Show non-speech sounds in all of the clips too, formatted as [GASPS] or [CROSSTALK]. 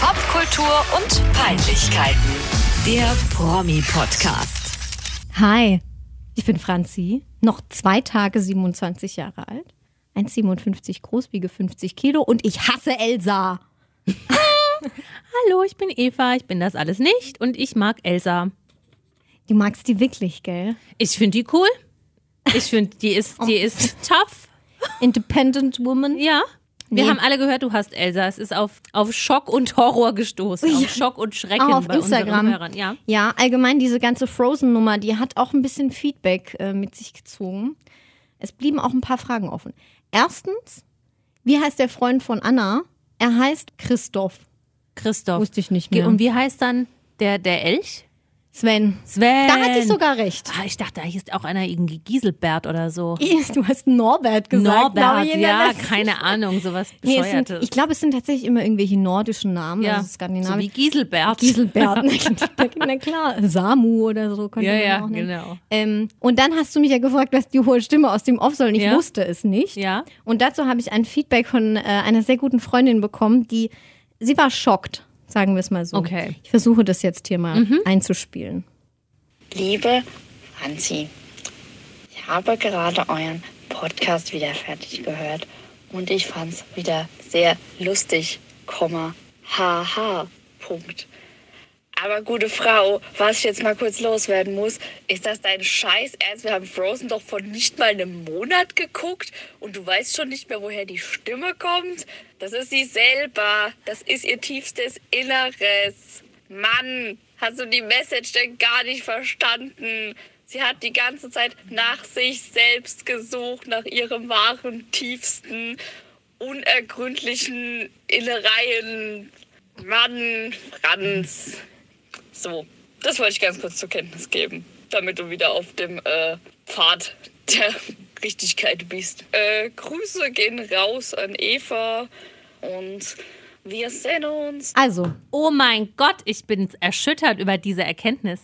Popkultur und Peinlichkeiten. Der Promi-Podcast. Hi, ich bin Franzi, noch zwei Tage 27 Jahre alt, 1,57 groß, wiege 50 Kilo und ich hasse Elsa. Hallo, ich bin Eva, ich bin das alles nicht und ich mag Elsa. Du magst die wirklich, gell? Ich finde die cool. Ich finde, die ist, die Oh. ist tough. Independent Woman. Ja. Wir Nee. haben alle gehört, du hast Elsa. Es ist auf, auf Schock und Horror gestoßen. Auf Schock und Schrecken Auch auf bei Instagram. unseren Hörern. Ja. Ja, allgemein diese ganze Frozen-Nummer, die hat auch ein bisschen Feedback äh, mit sich gezogen. Es blieben auch ein paar Fragen offen. Erstens, wie heißt der Freund von Anna? Er heißt Christoph. Christoph. Wusste ich nicht Ge- mehr. Und wie heißt dann der, der Elch? Sven. Sven. Da hatte ich sogar recht. Ah, ich dachte, da hieß auch einer irgendwie Giselbert oder so. Du hast Norbert gesagt. glaube Norbert, ich, in der ja, letzten- keine Ahnung, sowas Nee, es sind, Bescheuertes. ich glaube, es sind tatsächlich immer irgendwelche nordischen Namen, ja, also so wie [LAUGHS] Skandinavien. Giselbert. Gieselbert, [LAUGHS] na klar, Samu oder so könnte ja, man ja, auch nennen. genau. Ähm, und dann hast du mich ja gefragt, was die hohe Stimme aus dem Off soll. Und ich Ja. wusste es nicht. Ja. Und dazu habe ich ein Feedback von äh, einer sehr guten Freundin bekommen, die, sie war schockt, sagen wir es mal so. Okay. Mhm. Ich versuche das jetzt hier mal einzuspielen. Liebe Hansi, ich habe gerade euren Podcast wieder fertig gehört und ich fand es wieder sehr lustig, Komma, haha, Punkt. Aber gute Frau, was ich jetzt mal kurz loswerden muss, ist das dein Scheiß Ernst? Wir haben Frozen doch vor nicht mal einem Monat geguckt und du weißt schon nicht mehr, woher die Stimme kommt. Das ist sie selber. Das ist ihr tiefstes Inneres. Mann, hast du die Message denn gar nicht verstanden? Sie hat die ganze Zeit nach sich selbst gesucht, nach ihrem wahren, tiefsten, unergründlichen Innereien. Mann, Franz. So, das wollte ich ganz kurz zur Kenntnis geben, damit du wieder auf dem äh, Pfad der [LAUGHS] Richtigkeit bist. Äh, Grüße gehen raus an Eva und wir sehen uns. Also, Oh mein Gott, ich bin erschüttert über diese Erkenntnis.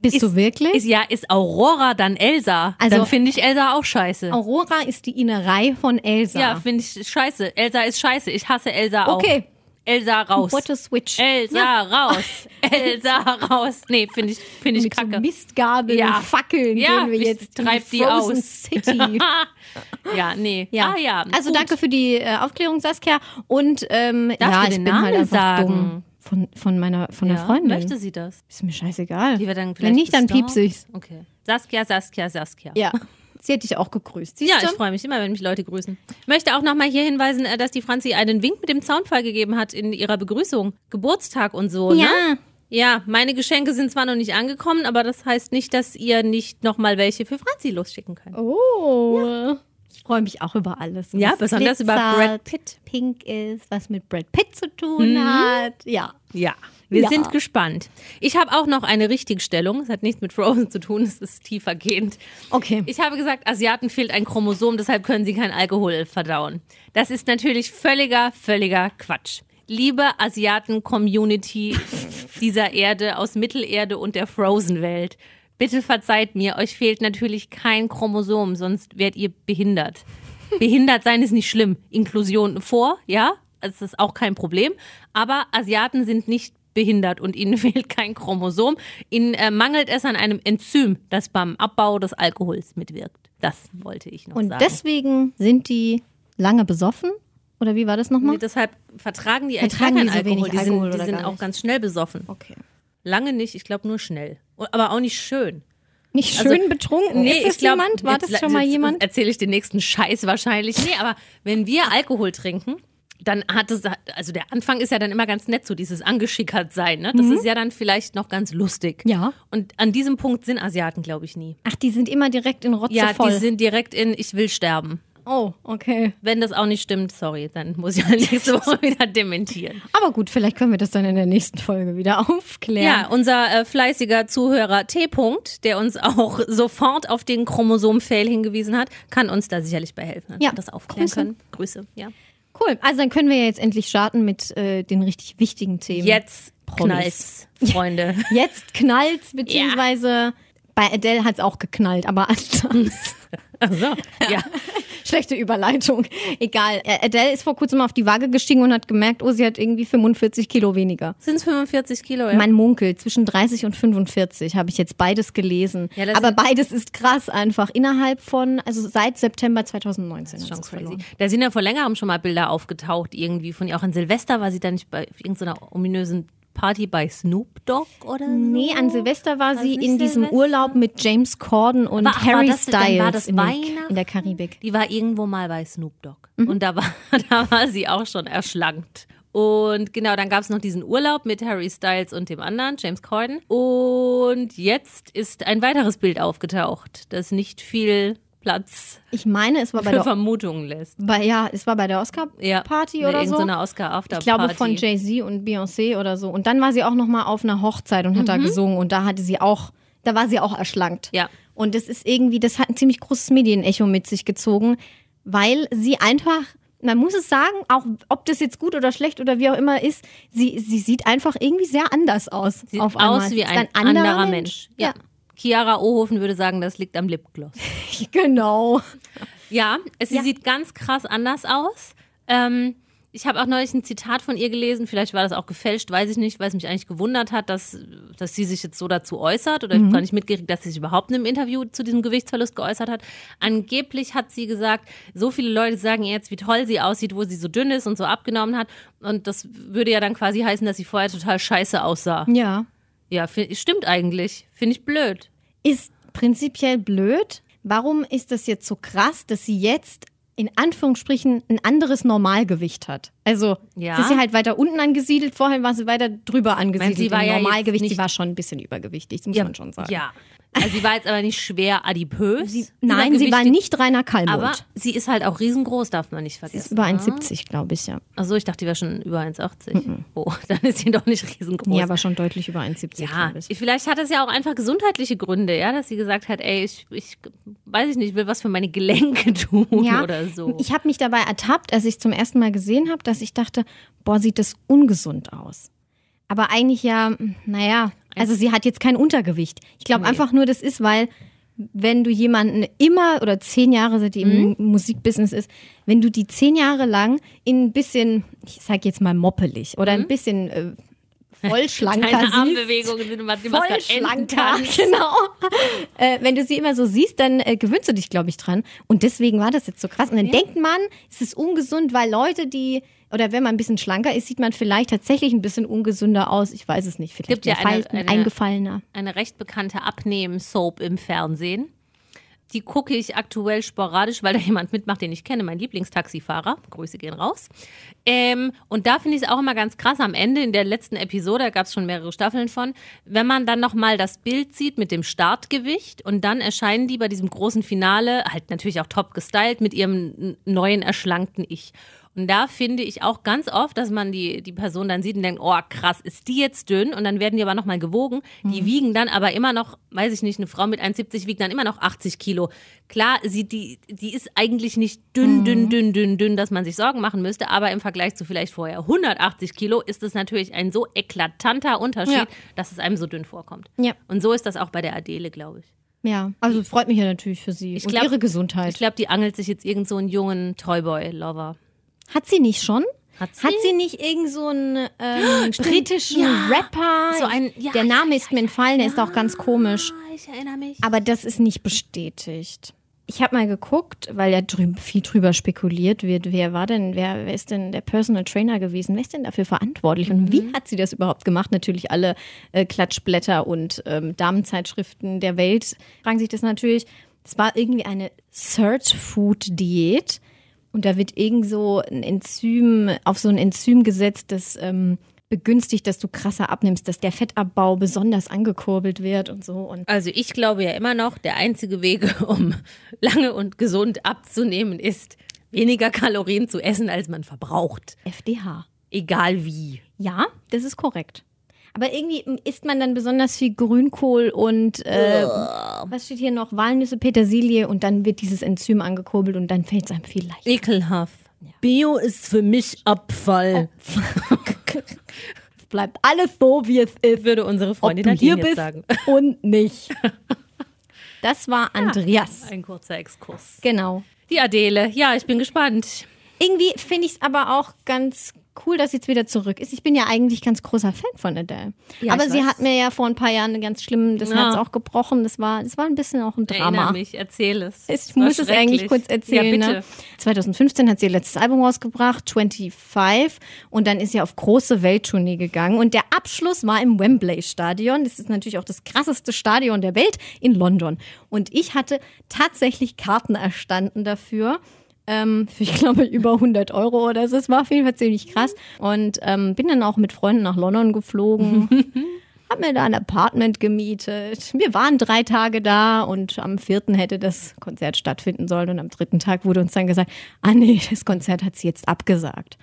bist du wirklich? Ist, ja, ist Aurora dann Elsa? Also- dann finde ich Elsa auch scheiße. Aurora ist die Innerei von Elsa. Ja, finde ich scheiße. Elsa ist scheiße. Ich hasse Elsa auch. Okay. Elsa raus. What a switch. Elsa Ja. [LAUGHS] raus. Elsa raus. Nee, finde ich, finde ich Mit so kacke. Mistgabeln Ja. und Fackeln Ja, gehen wir ich jetzt treib die die aus. Frozen [LAUGHS] City. ja, nee. Ja. Ah ja. Also gut. danke für die äh, Aufklärung, Saskia. Und ähm, Darf ja, ich ich den bin halt Namen einfach sagen? dumm. Von, von meiner von der ja, Freundin. Möchte sie das? Ist mir scheißegal. Die wir dann Wenn vielleicht nicht, dann gestalkt? pieps ich's. Okay. Saskia, Saskia, Saskia. Ja. Sie hätte dich auch gegrüßt. Siehst Ja, du? ich freue mich immer, wenn mich Leute grüßen. Möchte auch nochmal hier hinweisen, äh, dass die Franzi einen Wink mit dem Zaunfall gegeben hat in ihrer Begrüßung. Geburtstag und so, ne? ja. Ja, meine Geschenke sind zwar noch nicht angekommen, aber das heißt nicht, dass ihr nicht nochmal welche für Franzi losschicken könnt. Oh. Ich freue mich auch über alles. Ja, Was besonders über glitzert, Brad Pitt. Mhm. Pink ist, was mit Brad Pitt zu tun hat. Ja. Ja. Wir Ja. sind gespannt. Ich habe auch noch eine Richtigstellung. Es hat nichts mit Frozen zu tun, es ist tiefergehend. Okay. Ich habe gesagt, Asiaten fehlt ein Chromosom, deshalb können sie kein Alkohol verdauen. Das ist natürlich völliger, völliger Quatsch. Liebe Asiaten-Community [LAUGHS] dieser Erde, aus Mittelerde und der Frozen-Welt, bitte verzeiht mir, euch fehlt natürlich kein Chromosom, sonst werdet ihr behindert. Behindert sein ist nicht schlimm. Inklusion vor, ja, es ist auch kein Problem. Aber Asiaten sind nicht behindert und ihnen [LAUGHS] fehlt kein Chromosom. Ihnen äh, mangelt es an einem Enzym, das beim Abbau des Alkohols mitwirkt. Das wollte ich noch Und sagen. deswegen sind die lange besoffen? Oder wie war das nochmal? Nee, deshalb vertragen die eigentlich Vertragen gar die so keinen Alkohol. wenig Die sind, Alkohol die oder sind gar auch nicht? ganz schnell besoffen. okay. Lange nicht, ich glaube nur schnell. Und- Aber auch nicht schön. Nicht schön Also, betrunken. ist das glaub, jemand? War jetzt- das schon mal jetzt äh, jemand? Erzähle ich den nächsten Scheiß wahrscheinlich. Nee, aber wenn wir Alkohol trinken, dann hat es, also der Anfang ist ja dann immer ganz nett, so dieses angeschickert sein. Ne? Das ist ja dann vielleicht noch ganz lustig. Mhm. Ja. Und an diesem Punkt sind Asiaten, glaube ich, nie. Ach, die sind immer direkt in Rotze Ja, voll. die sind direkt in Ich will sterben. oh, okay. Wenn das auch nicht stimmt, sorry, dann [LAUGHS] muss ich halt nächste Woche wieder dementieren. Aber gut, vielleicht können wir das dann in der nächsten Folge wieder [LAUGHS] aufklären. Ja, unser äh, fleißiger Zuhörer T. -Punkt, der uns auch [LAUGHS] sofort auf den Chromosom-Fail hingewiesen hat, kann uns da sicherlich bei helfen. Ja, Das aufklären Grüße. können. Grüße. Ja. Cool. Also dann können wir ja jetzt endlich starten mit äh, den richtig wichtigen Themen. Jetzt Promis. [LAUGHS] knallt's, Freunde. Jetzt knallt's, [LAUGHS] beziehungsweise bei Adele hat's auch geknallt, aber anders. Ach so, ja. Schlechte Überleitung. Egal. Ä- Adele ist vor kurzem auf die Waage gestiegen und hat gemerkt, oh, sie hat irgendwie 45 Kilo weniger. Sind es 45 Kilo, ja? Man munkelt zwischen 30 und 45, habe ich jetzt beides gelesen. Ja, das Aber sind- beides ist krass einfach. Innerhalb von, also seit September 2019. Schon hat sie crazy. verloren. Da sind ja vor längerem schon mal Bilder aufgetaucht, irgendwie von ihr. Auch an Silvester war sie da nicht bei irgendeiner ominösen Party bei Snoop Dogg oder so. Nee, an Silvester war sie Oh, nicht in diesem Silvester? Urlaub mit James Corden und Aber- ach, war Harry das- dann war Styles das in, der, Weihnachten? in der Karibik. Die war irgendwo mal bei Snoop Dogg. Mhm. Und da war, [LAUGHS] da war sie auch schon erschlankt. Und genau, dann gab es noch diesen Urlaub mit Harry Styles und dem anderen, James Corden. Und jetzt ist ein weiteres Bild aufgetaucht, das nicht viel Platz Ich meine, es war bei für [LAUGHS] der, Vermutungen lässt. bei, ja, es war bei der Ja, Oscar-Party Bei oder so. irgendeiner Oscar-Afterparty. Ich glaube von Jay-Z und Beyoncé oder so. Und dann war sie auch noch mal auf einer Hochzeit und hat da gesungen und da hatte sie auch, da war sie auch erschlankt. Mhm. Ja. Und das ist irgendwie, das hat ein ziemlich großes Medienecho mit sich gezogen, weil sie einfach, man muss es sagen, auch ob das jetzt gut oder schlecht oder wie auch immer ist, sie, sie sieht einfach irgendwie sehr anders aus. Sieht auf einmal. aus Sie wie ist ein, anderer, Mensch. Ja. Chiara Ohofen würde sagen, das liegt am Lipgloss. ja. [LAUGHS] Genau. Ja, es, sie sieht ganz krass anders aus. Ähm, ich habe auch neulich ein Zitat von ihr gelesen, vielleicht war das auch gefälscht, weiß ich nicht, weil es mich eigentlich gewundert hat, dass, dass sie sich jetzt so dazu äußert Mhm. oder ich habe gar nicht mitgekriegt, dass sie sich überhaupt in einem Interview zu diesem Gewichtsverlust geäußert hat. Angeblich hat sie gesagt, so viele Leute sagen ihr jetzt, wie toll sie aussieht, wo sie so dünn ist und so abgenommen hat und das würde ja dann quasi heißen, dass sie vorher total scheiße aussah. Ja. Ja, fi- stimmt eigentlich, finde ich blöd. ist prinzipiell blöd. Warum ist das jetzt so krass, dass sie jetzt in Anführungsstrichen ein anderes Normalgewicht hat? Also Ja. jetzt ist sie halt weiter unten angesiedelt, vorher war sie weiter drüber angesiedelt. sie war im ja jetzt Normalgewicht, nicht- sie war schon ein bisschen übergewichtig, das muss man schon sagen. Ja. Also sie war jetzt aber nicht schwer adipös. Nein, sie war übergewichtig, nicht Rainer Kallmund. Aber sie ist halt auch riesengroß, darf man nicht sie ist vergessen. über 1,70, glaube ich, ja. Achso, ich dachte, die wäre schon über 1,80. Oh, [LAUGHS] dann ist sie doch nicht riesengroß. Ja, aber schon deutlich über 1,70, ja, glaube ich. vielleicht hat das ja auch einfach gesundheitliche Gründe, ja, dass sie gesagt hat, ey, ich, ich weiß ich nicht, will was für meine Gelenke [LAUGHS] tun Ja, oder so. Ich habe mich dabei ertappt, als ich es zum ersten Mal gesehen habe, dass ich dachte, boah, sieht das ungesund aus. Aber eigentlich ja, mh, naja, also sie hat jetzt kein Untergewicht. Ich glaube einfach nur, das ist, weil wenn du jemanden immer oder zehn Jahre, seit die Mhm. im Musikbusiness ist, wenn du die zehn Jahre lang in ein bisschen, ich sag jetzt mal moppelig oder ein bisschen [LAUGHS] äh, vollschlanker Mhm. Deine siehst, Armbewegungen sind immer die Maske schlanker, [LAUGHS] [LAUGHS] Genau. Äh, wenn du sie immer so siehst, dann äh, gewöhnst du dich, glaube ich, dran. Und deswegen war das jetzt so krass. Und dann denkt man, es ist ungesund, weil Leute, die, oder wenn man ein bisschen schlanker ist, sieht man vielleicht tatsächlich ein bisschen ungesünder aus. Ich weiß es nicht. Vielleicht Gibt ja mehr eine- Falten, eine- eingefallener. eine recht bekannte Abnehmen-Soap im Fernsehen. Die gucke ich aktuell sporadisch, weil da jemand mitmacht, den ich kenne, mein Lieblingstaxifahrer. Grüße gehen raus. Ähm, und da finde ich es auch immer ganz krass. Am Ende, in der letzten Episode, da gab es schon mehrere Staffeln von, wenn man dann nochmal das Bild sieht mit dem Startgewicht und dann erscheinen die bei diesem großen Finale, halt natürlich auch top gestylt, mit ihrem neuen, erschlankten Ich. Und da finde ich auch ganz oft, dass man die, die Person dann sieht und denkt, oh krass, ist die jetzt dünn? Und dann werden die aber nochmal gewogen. Die Mhm. wiegen dann aber immer noch, weiß ich nicht, eine Frau mit 1,70 wiegt dann immer noch 80 Kilo. Klar, sie, die, die ist eigentlich nicht dünn, Mhm. dünn, dünn, dünn, dünn, dass man sich Sorgen machen müsste. Aber im Vergleich zu vielleicht vorher 180 Kilo ist es natürlich ein so eklatanter Unterschied, Ja. dass es einem so dünn vorkommt. Ja. Und so ist das auch bei der Adele, glaube ich. Ja. Also freut mich ja natürlich für sie Ich und glaub- ihre Gesundheit. Ich glaube, die angelt sich jetzt irgend so einen jungen Toyboy-Lover. Hat sie nicht schon? Hat sie? Hat sie nicht irgend so einen ähm, [GASPS] britischen Rapper? So ein- ja, der ja, Name ist mir entfallen, der ist auch ganz komisch. Ah, ich erinnere mich. Aber das ist nicht bestätigt. Ich habe mal geguckt, weil ja drü viel drüber spekuliert wird, wer war denn, wer, wer ist denn der Personal Trainer gewesen, wer ist denn dafür verantwortlich und wie hat sie das überhaupt gemacht? Natürlich alle äh, Klatschblätter und ähm, Damenzeitschriften der Welt fragen sich das natürlich. Es war irgendwie eine Search-Food-Diät und da wird irgend so ein Enzym, auf so ein Enzym gesetzt, das ähm, begünstigt, dass du krasser abnimmst, dass der Fettabbau besonders angekurbelt wird und so und Also ich glaube ja immer noch, der einzige Weg, [LAUGHS] um lange und gesund abzunehmen, ist weniger Kalorien zu essen, als man verbraucht. FDH. Egal wie. Ja, das ist korrekt. Aber irgendwie isst man dann besonders viel Grünkohl und äh, was steht hier noch? Walnüsse, Petersilie und dann wird dieses Enzym angekurbelt und dann fällt es einem viel leichter. Ekelhaft. Bio ist für mich Abfall. Oh. [LAUGHS] Es bleibt alles so, wie es ist. Würde unsere Ob Freundin du hier Nadine bist jetzt [LAUGHS] sagen. und nicht. [LAUGHS] Das war Andreas. Ein kurzer Exkurs. Genau. Die Adele. Ja, ich bin gespannt. Irgendwie finde ich es aber auch ganz cool, dass sie jetzt wieder zurück ist. Ich bin ja eigentlich ganz großer Fan von Adele. Ja, aber ich sie weiß. hat mir ja vor ein paar Jahren einen ganz schlimmen, das Ja. Herz auch gebrochen. Das war, das war ein bisschen auch ein Erinnere Drama. mich, erzähl es. Ich War muss es eigentlich schrecklich. kurz erzählen. Ja, bitte. Ne? 2015 hat sie ihr letztes Album rausgebracht, 25, und dann ist sie auf große Welttournee gegangen. Und der Abschluss war im Wembley Stadion. Das ist natürlich auch das krasseste Stadion der Welt in London. Und ich hatte tatsächlich Karten erstanden dafür. Ähm, für, ich glaube, [LAUGHS] über 100 Euro oder so. Es war auf jeden Fall ziemlich krass. Und ähm, bin dann auch mit Freunden nach London geflogen. Hab mir da ein Apartment gemietet. Wir waren drei Tage da und am vierten hätte das Konzert stattfinden sollen und am dritten Tag wurde uns dann gesagt, ah nee, das Konzert hat sie jetzt abgesagt.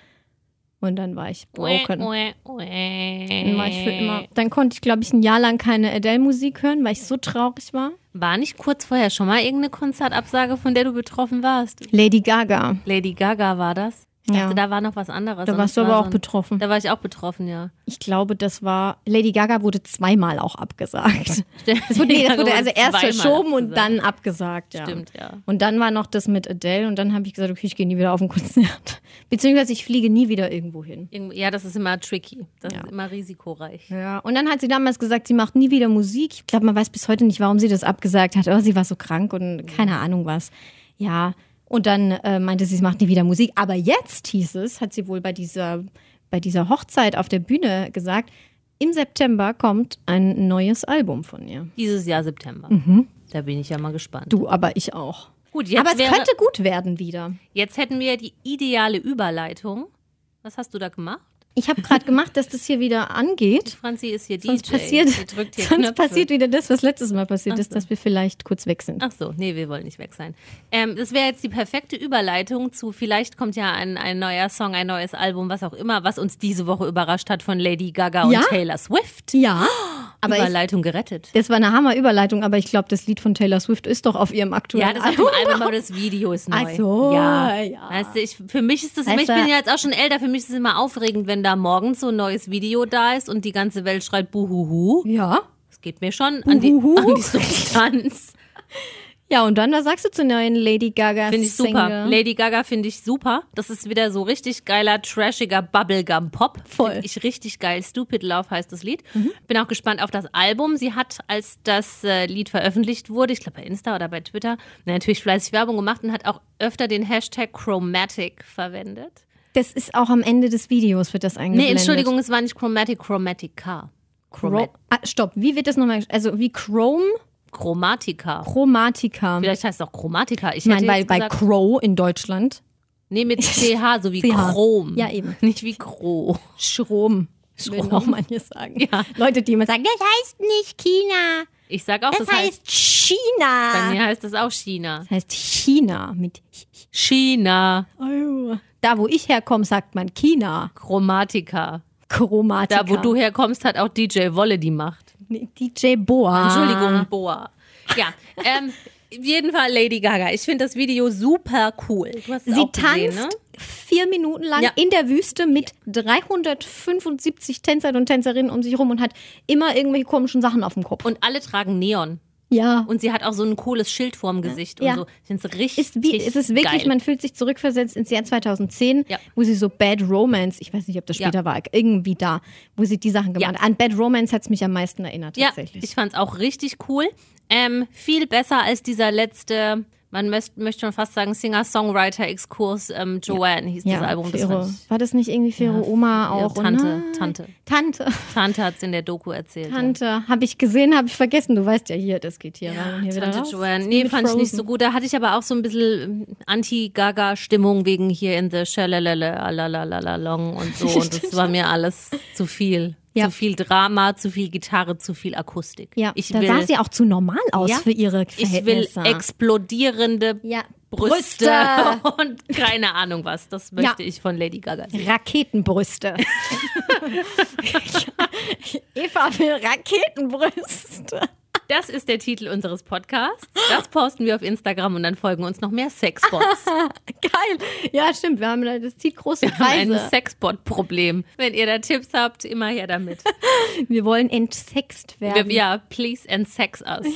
Und dann war ich broken. Ue, ue, ue. Dann war ich für immer. Dann konnte ich, glaube ich, ein Jahr lang keine Adele-Musik hören, weil ich so traurig war. War nicht kurz vorher schon mal irgendeine Konzertabsage, von der du betroffen warst? Lady Gaga. Lady Gaga war das. Ich Ja. dachte, da war noch was anderes. Da Und warst du das aber war auch so ein- betroffen. Da war ich auch betroffen, ja. [LAUGHS] Ich glaube, das war. Lady Gaga wurde zweimal auch abgesagt. Das wurde, [LAUGHS] nee, das wurde also erst Zweimal verschoben und abgesagt. dann abgesagt. Ja. Stimmt, ja. Und dann war noch das mit Adele und dann habe ich gesagt, okay, ich gehe nie wieder auf ein Konzert. [LAUGHS] Beziehungsweise ich fliege nie wieder irgendwo hin. Irgendwo- Ja, das ist immer tricky. Das Ja. ist immer risikoreich. Ja, und dann hat sie damals gesagt, sie macht nie wieder Musik. Ich glaube, man weiß bis heute nicht, warum sie das abgesagt hat. Aber sie war so krank und keine Ahnung was. Ja, und dann äh, meinte sie, sie macht nie wieder Musik. Aber jetzt hieß es, hat sie wohl bei dieser, bei dieser Hochzeit auf der Bühne gesagt, im September kommt ein neues Album von ihr. Dieses Jahr September. Da bin ich ja mal gespannt. Mhm. Du, aber ich auch. Gut, jetzt, aber es wäre, könnte gut werden wieder. jetzt hätten wir die ideale Überleitung. Was hast du da gemacht? Ich habe gerade gemacht, dass das hier wieder [LAUGHS] angeht. Franzi ist hier Sonst DJ. passiert, Sie drückt hier [LAUGHS] sonst Knöpfe. passiert wieder das, was letztes Mal passiert Ach ist, so. dass wir vielleicht kurz weg sind. Ach so, nee, wir wollen nicht weg sein. Ähm, das wäre jetzt die perfekte Überleitung zu, vielleicht kommt ja ein, ein neuer Song, ein neues Album, was auch immer, was uns diese Woche überrascht hat von Lady Gaga Ja? und Taylor Swift. Ja, [GASPS] aber ich, Überleitung gerettet. das war eine Hammer-Überleitung, aber ich glaube, das Lied von Taylor Swift ist doch auf ihrem aktuellen Ja, das auf dem Album. Album, aber das Video ist neu. Ach so, ja. Weißt du, ich, für mich ist das, Weißt ich bin du- ja jetzt auch schon älter, für mich ist es immer aufregend, wenn da morgens so ein neues Video da ist und die ganze Welt schreit Buhuhu. [LAUGHS] Ja. Das geht mir schon an die, Buhuhu. an die Substanz. Ja, und dann, was sagst du zur neuen Lady Gaga? Finde ich super. Single? Lady Gaga finde ich super. Das ist wieder so richtig geiler, trashiger Bubblegum-Pop. Voll. Mhm. Finde ich richtig geil. Stupid Love heißt das Lied. Bin auch gespannt auf das Album. Sie hat, als das äh, Lied veröffentlicht wurde, ich glaube bei Insta oder bei Twitter, natürlich fleißig Werbung gemacht und hat auch öfter den Hashtag Chromatic verwendet. Das ist auch am Ende des Videos, wird das eingeblendet. Nee, Entschuldigung, es war nicht Chromatic, Chromatica. Chro ah, stopp, wie wird das nochmal? Also wie Chrome, Chromatica. Chromatica. Vielleicht heißt es auch Chromatica. Ich ich meine, hätte bei, jetzt bei gesagt, Crow in Deutschland. [LAUGHS] nee, mit CH, so wie CH. Chrom. Ja, eben. Nicht wie Gro. Schrom. Schrom. Schrom. Auch manche sagen. Ja. Leute, die immer sagen, das heißt nicht China. Ich sag auch, Das, das, heißt, heißt China. Bei mir heißt das auch China. Das heißt China mit China. Oh. Euro. Da, wo ich herkomme, sagt man China. Chromatica. Chromatica. Da, wo du herkommst, hat auch DJ Wolle die Macht. Nee, DJ Boa. Entschuldigung, Boa. Ja, ähm, auf jeden Fall Lady Gaga. Ich finde das Video super cool. Du hast es Sie auch tanzt gesehen, ne? vier Minuten lang Ja. in der Wüste mit 375 Tänzern und Tänzerinnen um sich rum und hat immer irgendwelche komischen Sachen auf dem Kopf. Und alle tragen Neon. ja. Und sie hat auch so ein cooles Schild vorm Gesicht Ja. und so. Ich finde es richtig ist wie, ist es wirklich, geil. man fühlt sich zurückversetzt ins Jahr 2010, Ja. wo sie so Bad Romance, ich weiß nicht, ob das Ja. später war, irgendwie da, wo sie die Sachen Ja. gemacht hat. An Bad Romance hat es mich am meisten erinnert, ja, tatsächlich. ich fand es auch richtig cool. Ähm, viel besser als dieser letzte, man möcht, möchte schon fast sagen, Singer-Songwriter-Exkurs. Ähm, Joanne hieß Ja, das Album. für Das ihre, fand ich war das nicht irgendwie für ihre Oma ihre auch? Tante, Nein. Tante. Tante. Tante hat es in der Doku erzählt. [LAUGHS] ja. Tante. Habe ich gesehen, habe ich vergessen. Du weißt ja hier, das geht hier rein und hier wieder Ah, Tante raus. Joanne. Wie Nee, mit fand ich nicht so Frozen. gut. Da hatte ich aber auch so ein bisschen ähm, Anti-Gaga-Stimmung wegen hier in the Shalalala, alalalala long und so. Und das war mir alles [LAUGHS] zu viel. Ja. Zu viel Drama, zu viel Gitarre, zu viel Akustik. Ja, ich da will, sah sie auch zu normal aus Ja, für ihre ich will Verhältnisse. explodierende Ja, Brüste, Brüste. [LAUGHS] und keine Ahnung was. Das möchte ich von Lady Gaga sehen. Raketenbrüste. [LAUGHS] Eva will Raketenbrüste. Das ist der Titel unseres Podcasts. Das posten wir auf Instagram und dann folgen uns noch mehr Sexbots. Geil. Ja, stimmt. Wir haben da- das zieht große haben Kreise. ein Sexbot-Problem. Wenn ihr da Tipps habt, immer her damit. [LAUGHS] Wir wollen entsext werden. Genau. Wir, ja, please and sex us.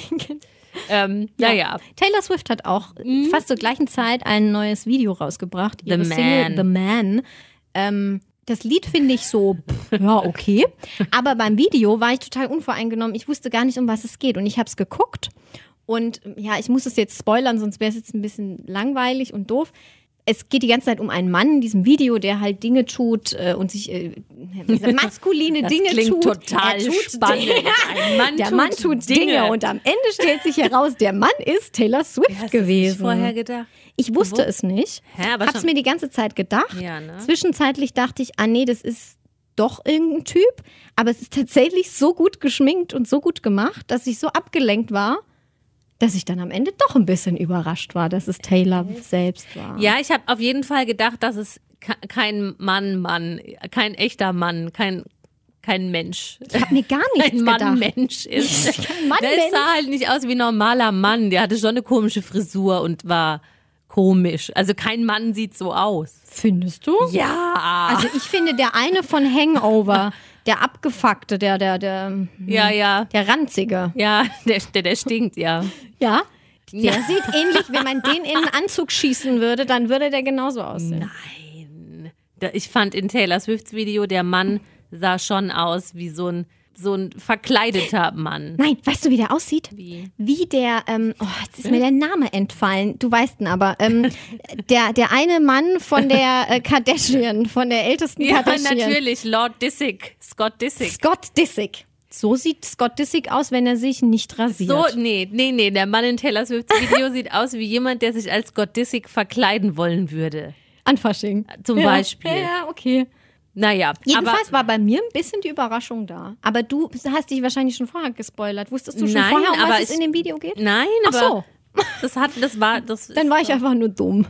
Ähm, Naja, Taylor Swift hat auch fast zur gleichen Zeit ein neues Video rausgebracht. Ihre The Man. Single The Man. Ähm, das Lied finde ich so, pff, ja, okay. Aber beim Video war ich total unvoreingenommen. Ich wusste gar nicht, um was es geht. Und ich habe es geguckt. Und ja, ich muss es jetzt spoilern, sonst wäre es jetzt ein bisschen langweilig und doof. Es geht die ganze Zeit um einen Mann in diesem Video, der halt Dinge tut äh, und sich [LAUGHS] äh, maskuline das Dinge klingt tut. total Er tut spannend. Dinge Ein Mann der tut Mann tut Dinge. Dinge. und am Ende stellt sich heraus, der Mann ist Taylor Swift Hast du es nicht gewesen. vorher gedacht. ich wusste es nicht. Hä, aber Hab's schon- mir die ganze Zeit gedacht. Ja, ne? Zwischenzeitlich dachte ich, ah nee, das ist doch irgendein Typ, aber es ist tatsächlich so gut geschminkt und so gut gemacht, dass ich so abgelenkt war, dass ich dann am Ende doch ein bisschen überrascht war, dass es Taylor selbst war. Ja, ich habe auf jeden Fall gedacht, dass es ke- kein Mann, Mann, kein echter Mann, kein, kein Mensch. [LAUGHS] Ich habe mir gar nichts Ein gedacht. [LAUGHS] Mann-Mensch ist. Mann, Der sah halt nicht aus wie ein normaler Mann. Der hatte schon eine komische Frisur und war komisch. Also kein Mann sieht so aus. Findest du? Ja. Also ich finde, der eine von Hangover, der abgefuckte, der, der, der, Mhm. ja, ja. der ranzige. Ja, der, der, der stinkt, ja. Ja. Der sieht ähnlich, wenn man den in einen Anzug schießen würde, dann würde der genauso aussehen. Da- Ich fand in Taylor Swifts Video, der Mann sah schon aus wie so ein, so ein verkleideter Mann. Nein, weißt du, wie der aussieht? Wie, der, ähm, oh, jetzt ist mir der Name entfallen. Du weißt ihn aber. [LAUGHS] Ähm, der, der eine Mann von der äh, Kardashian, von der ältesten Ja, Kardashian. natürlich. Lord Disick. Scott Disick. Scott Disick. So sieht Scott Disick aus, wenn er sich nicht rasiert. So, nee, nee, nee. Der Mann in Taylor Swifts Video sieht aus wie jemand, der sich als Scott Disick verkleiden wollen würde. An Fasching. Zum ja. Beispiel. Ja, ja, okay. Naja, Jedenfalls war bei mir ein bisschen die Überraschung da. Aber du hast dich wahrscheinlich schon vorher gespoilert. Wusstest du schon Nein, vorher, um aber was es ich- in dem Video geht? [LAUGHS] aber nein, Ach aber so. das hat, das war, das [LAUGHS] Dann ist, war ich einfach nur dumm.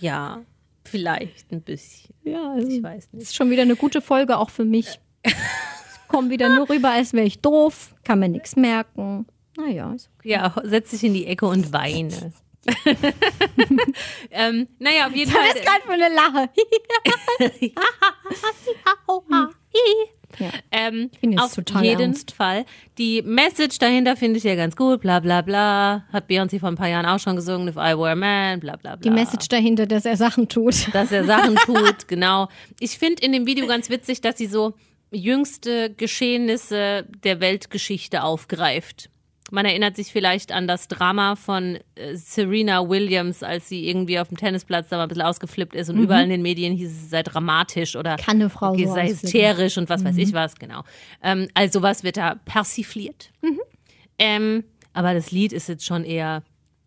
ja vielleicht ein bisschen. Ja, also Ich weiß nicht. ist schon wieder eine gute Folge auch für [LAUGHS] mich. Ich komme wieder nur rüber, als wäre ich doof, kann mir nichts merken. Naja, ist okay. Ja, setz dich in die Ecke [LAUGHS] und weine. ähm, naja, auf jeden Da Fall. ist gerade für eine Lache. Ähm, bin jetzt auf total jeden ernst. Fall. Die Message dahinter finde ich ja ganz gut. Bla bla bla. Hat Beyoncé vor ein paar Jahren auch schon gesungen. If I were a man. Bla bla [LAUGHS] Die bla. Message dahinter, dass er Sachen tut. dass er Sachen tut, [LAUGHS] genau. Ich finde in dem Video ganz witzig, dass sie so jüngste Geschehnisse der Weltgeschichte aufgreift. Man erinnert sich vielleicht an das Drama von äh, Serena Williams, als sie irgendwie auf dem Tennisplatz da mal ein bisschen ausgeflippt ist und überall in den Medien hieß es, sie sei dramatisch oder Mhm. Kann eine Frau okay, so Mhm. sei ausflippen. hysterisch und was weiß ich was, genau. Ähm, also was wird da persifliert. Mhm. Ähm, aber das Lied ist jetzt schon eher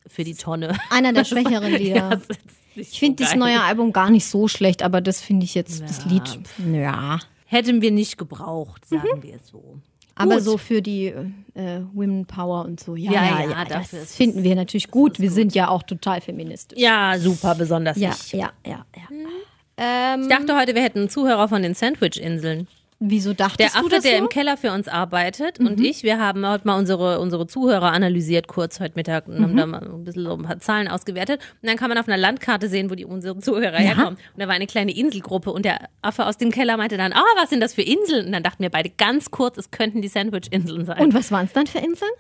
für die Tonne. Einer der [LAUGHS] schwächeren Lieder. [LAUGHS] Das ist nicht ich finde so das geil. neue Album gar nicht so schlecht, aber das finde ich jetzt, das Lied, ja. Hätten wir nicht gebraucht, Mhm. sagen wir so. Aber Gut. so für die äh, Women Power und so, ja, Ja, ja, ja, ja, das dafür ist- finden wir natürlich gut. Wir sind ja auch total feministisch. Ja, super, besonders Ja, ich. Hm. ja, ja, ja. Ähm, Ich dachte heute, wir hätten einen Zuhörer von den Sandwich-Inseln. wieso Der dachtest du Affe, das der so? Mhm. im Keller für uns arbeitet und ich, wir haben heute mal unsere, unsere Zuhörer analysiert, kurz heute Mittag, und Mhm. haben da mal ein bisschen so ein paar Zahlen ausgewertet. Und dann kann man auf einer Landkarte sehen, wo die unsere Zuhörer herkommen. Und da war eine kleine Inselgruppe und der Affe aus dem Keller meinte dann, ah, was sind das für Inseln? Und dann dachten wir beide ganz kurz, es könnten die Sandwich-Inseln sein. Und was waren es dann für Inseln?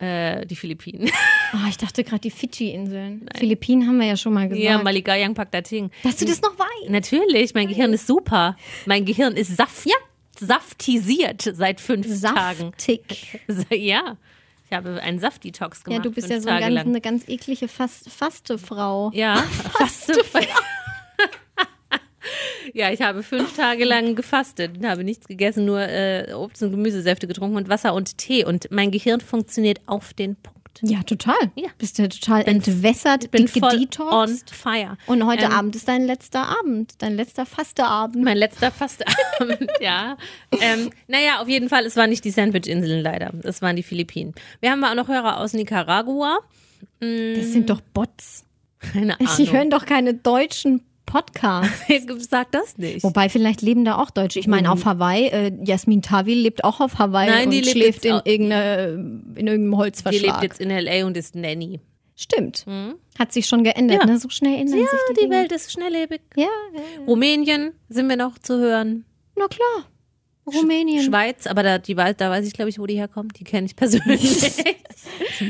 äh, die Philippinen. Ah, ich dachte gerade die Fidschi-Inseln. Philippinen haben wir ja schon mal gesagt. ja, Maligayang, Pakdating. Dass du das noch weißt. Natürlich, mein Gehirn ist super. Mein Gehirn ist saft, saftisiert seit fünf Tagen. [LAUGHS] Saftig. Ja, ich habe einen Saftdetox Ja, gemacht. du bist fünf ja so Tage eine ganz, ne- lang. eine ganz eklige Fas faste Frau. Ja, [LAUGHS] [LAUGHS] faste. [LAUGHS] ja, ich habe fünf Tage lang gefastet und habe nichts gegessen, nur äh, Obst- und Gemüsesäfte getrunken und Wasser und Tee. Und mein Gehirn funktioniert auf den Punkt. Ja, total. Ja. Bist du ja total entwässert, Bin dicke voll on Detox. fire. Und heute Ähm, Abend ist dein letzter Abend, dein letzter Fasteabend. Mein letzter [LAUGHS] Fastabend, ja. Ähm, naja, auf jeden Fall, es waren nicht die Sandwich-Inseln leider. Es waren die Philippinen. Wir haben auch noch Hörer aus Nicaragua. Mhm. Das sind doch Bots. Keine Die Ahnung. hören doch keine deutschen Podcasts. Sag das nicht. Wobei, vielleicht leben da auch Deutsche. Ich meine, auf Hawaii, äh, Jasmin Tavi lebt auch auf Hawaii Mhm. Nein, und die lebt schläft jetzt in, au- irgendeiner, in irgendeinem Die lebt Holzverschlag. jetzt in L.A. und ist Nanny. Stimmt. Hat sich schon geändert, Ja. ne? So schnell ändern sich die, Die Dinge. Welt ist schnelllebig. Ja, ja, Rumänien sind wir noch zu hören. na klar. Rumänien. Schweiz, aber da, die, wei- da weiß ich, glaube ich, wo die herkommt. Die kenne ich persönlich.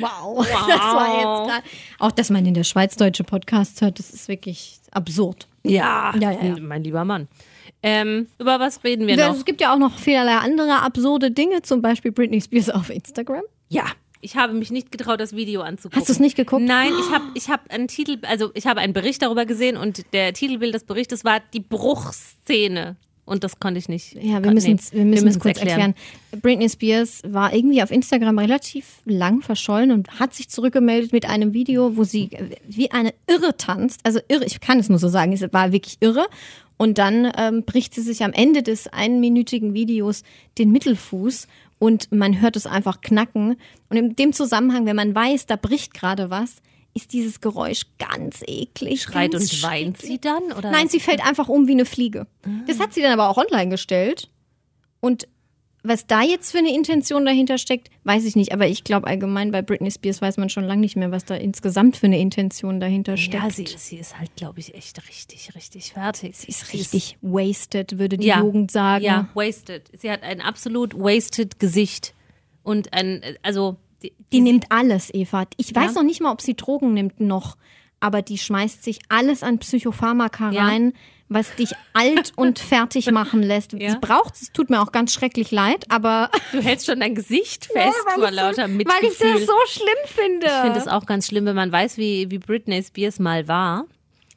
Wow. [LAUGHS] Das war jetzt grad, auch, dass man in der Schweiz deutsche Podcasts hört, das ist wirklich absurd. ja, [LAUGHS] Ja, ja, ja. mein lieber Mann. Ähm, über was reden wir Ja, noch? Es gibt ja auch noch vielerlei andere absurde Dinge, zum Beispiel Britney Spears auf Instagram. Ja. Ich habe mich nicht getraut, das Video anzugucken. Hast du es nicht geguckt? Nein, ich habe ich hab einen Titel, also ich habe einen Bericht darüber gesehen und der Titelbild des Berichtes war die Bruchszene. Und das konnte ich nicht. Ja, wir müssen es wir müssen es Äh, müssen's kurz erklären. Britney Spears war irgendwie auf Instagram relativ lang verschollen und hat sich zurückgemeldet mit einem Video, wo sie äh, wie eine Irre tanzt. Also irre, ich kann es nur so sagen, es war wirklich irre. Und dann ähm, bricht sie sich am Ende des einminütigen Videos den Mittelfuß und man hört es einfach knacken. Und in dem Zusammenhang, wenn man weiß, da bricht gerade was, ist dieses Geräusch ganz eklig. Schreit ganz und weint schrecklich. sie dann? Oder? Nein, sie fällt einfach um wie eine Fliege. Das hat sie dann aber auch online gestellt. Und was da jetzt für eine Intention dahinter steckt, weiß ich nicht. Aber ich glaube allgemein bei Britney Spears weiß man schon lange nicht mehr, was da insgesamt für eine Intention dahinter steckt. Ja, sie, sie ist halt, glaube ich, echt richtig, richtig fertig. Sie ist richtig wasted, würde die Ja. Jugend sagen. Ja, wasted. Sie hat ein absolut wasted Gesicht. Und ein, also. Die, Die nimmt alles, Eva. Ich weiß noch Ja. nicht mal, ob sie Drogen nimmt noch, aber die schmeißt sich alles an Psychopharmaka Ja. rein, was dich alt und [LAUGHS] fertig machen lässt. Ja. Sie braucht es, tut mir auch ganz schrecklich leid, aber du hältst schon dein Gesicht fest weil vor ich so- lauter Mitgefühl. Weil ich das so schlimm finde. ich finde es auch ganz schlimm, wenn man weiß, wie, wie Britney Spears mal war.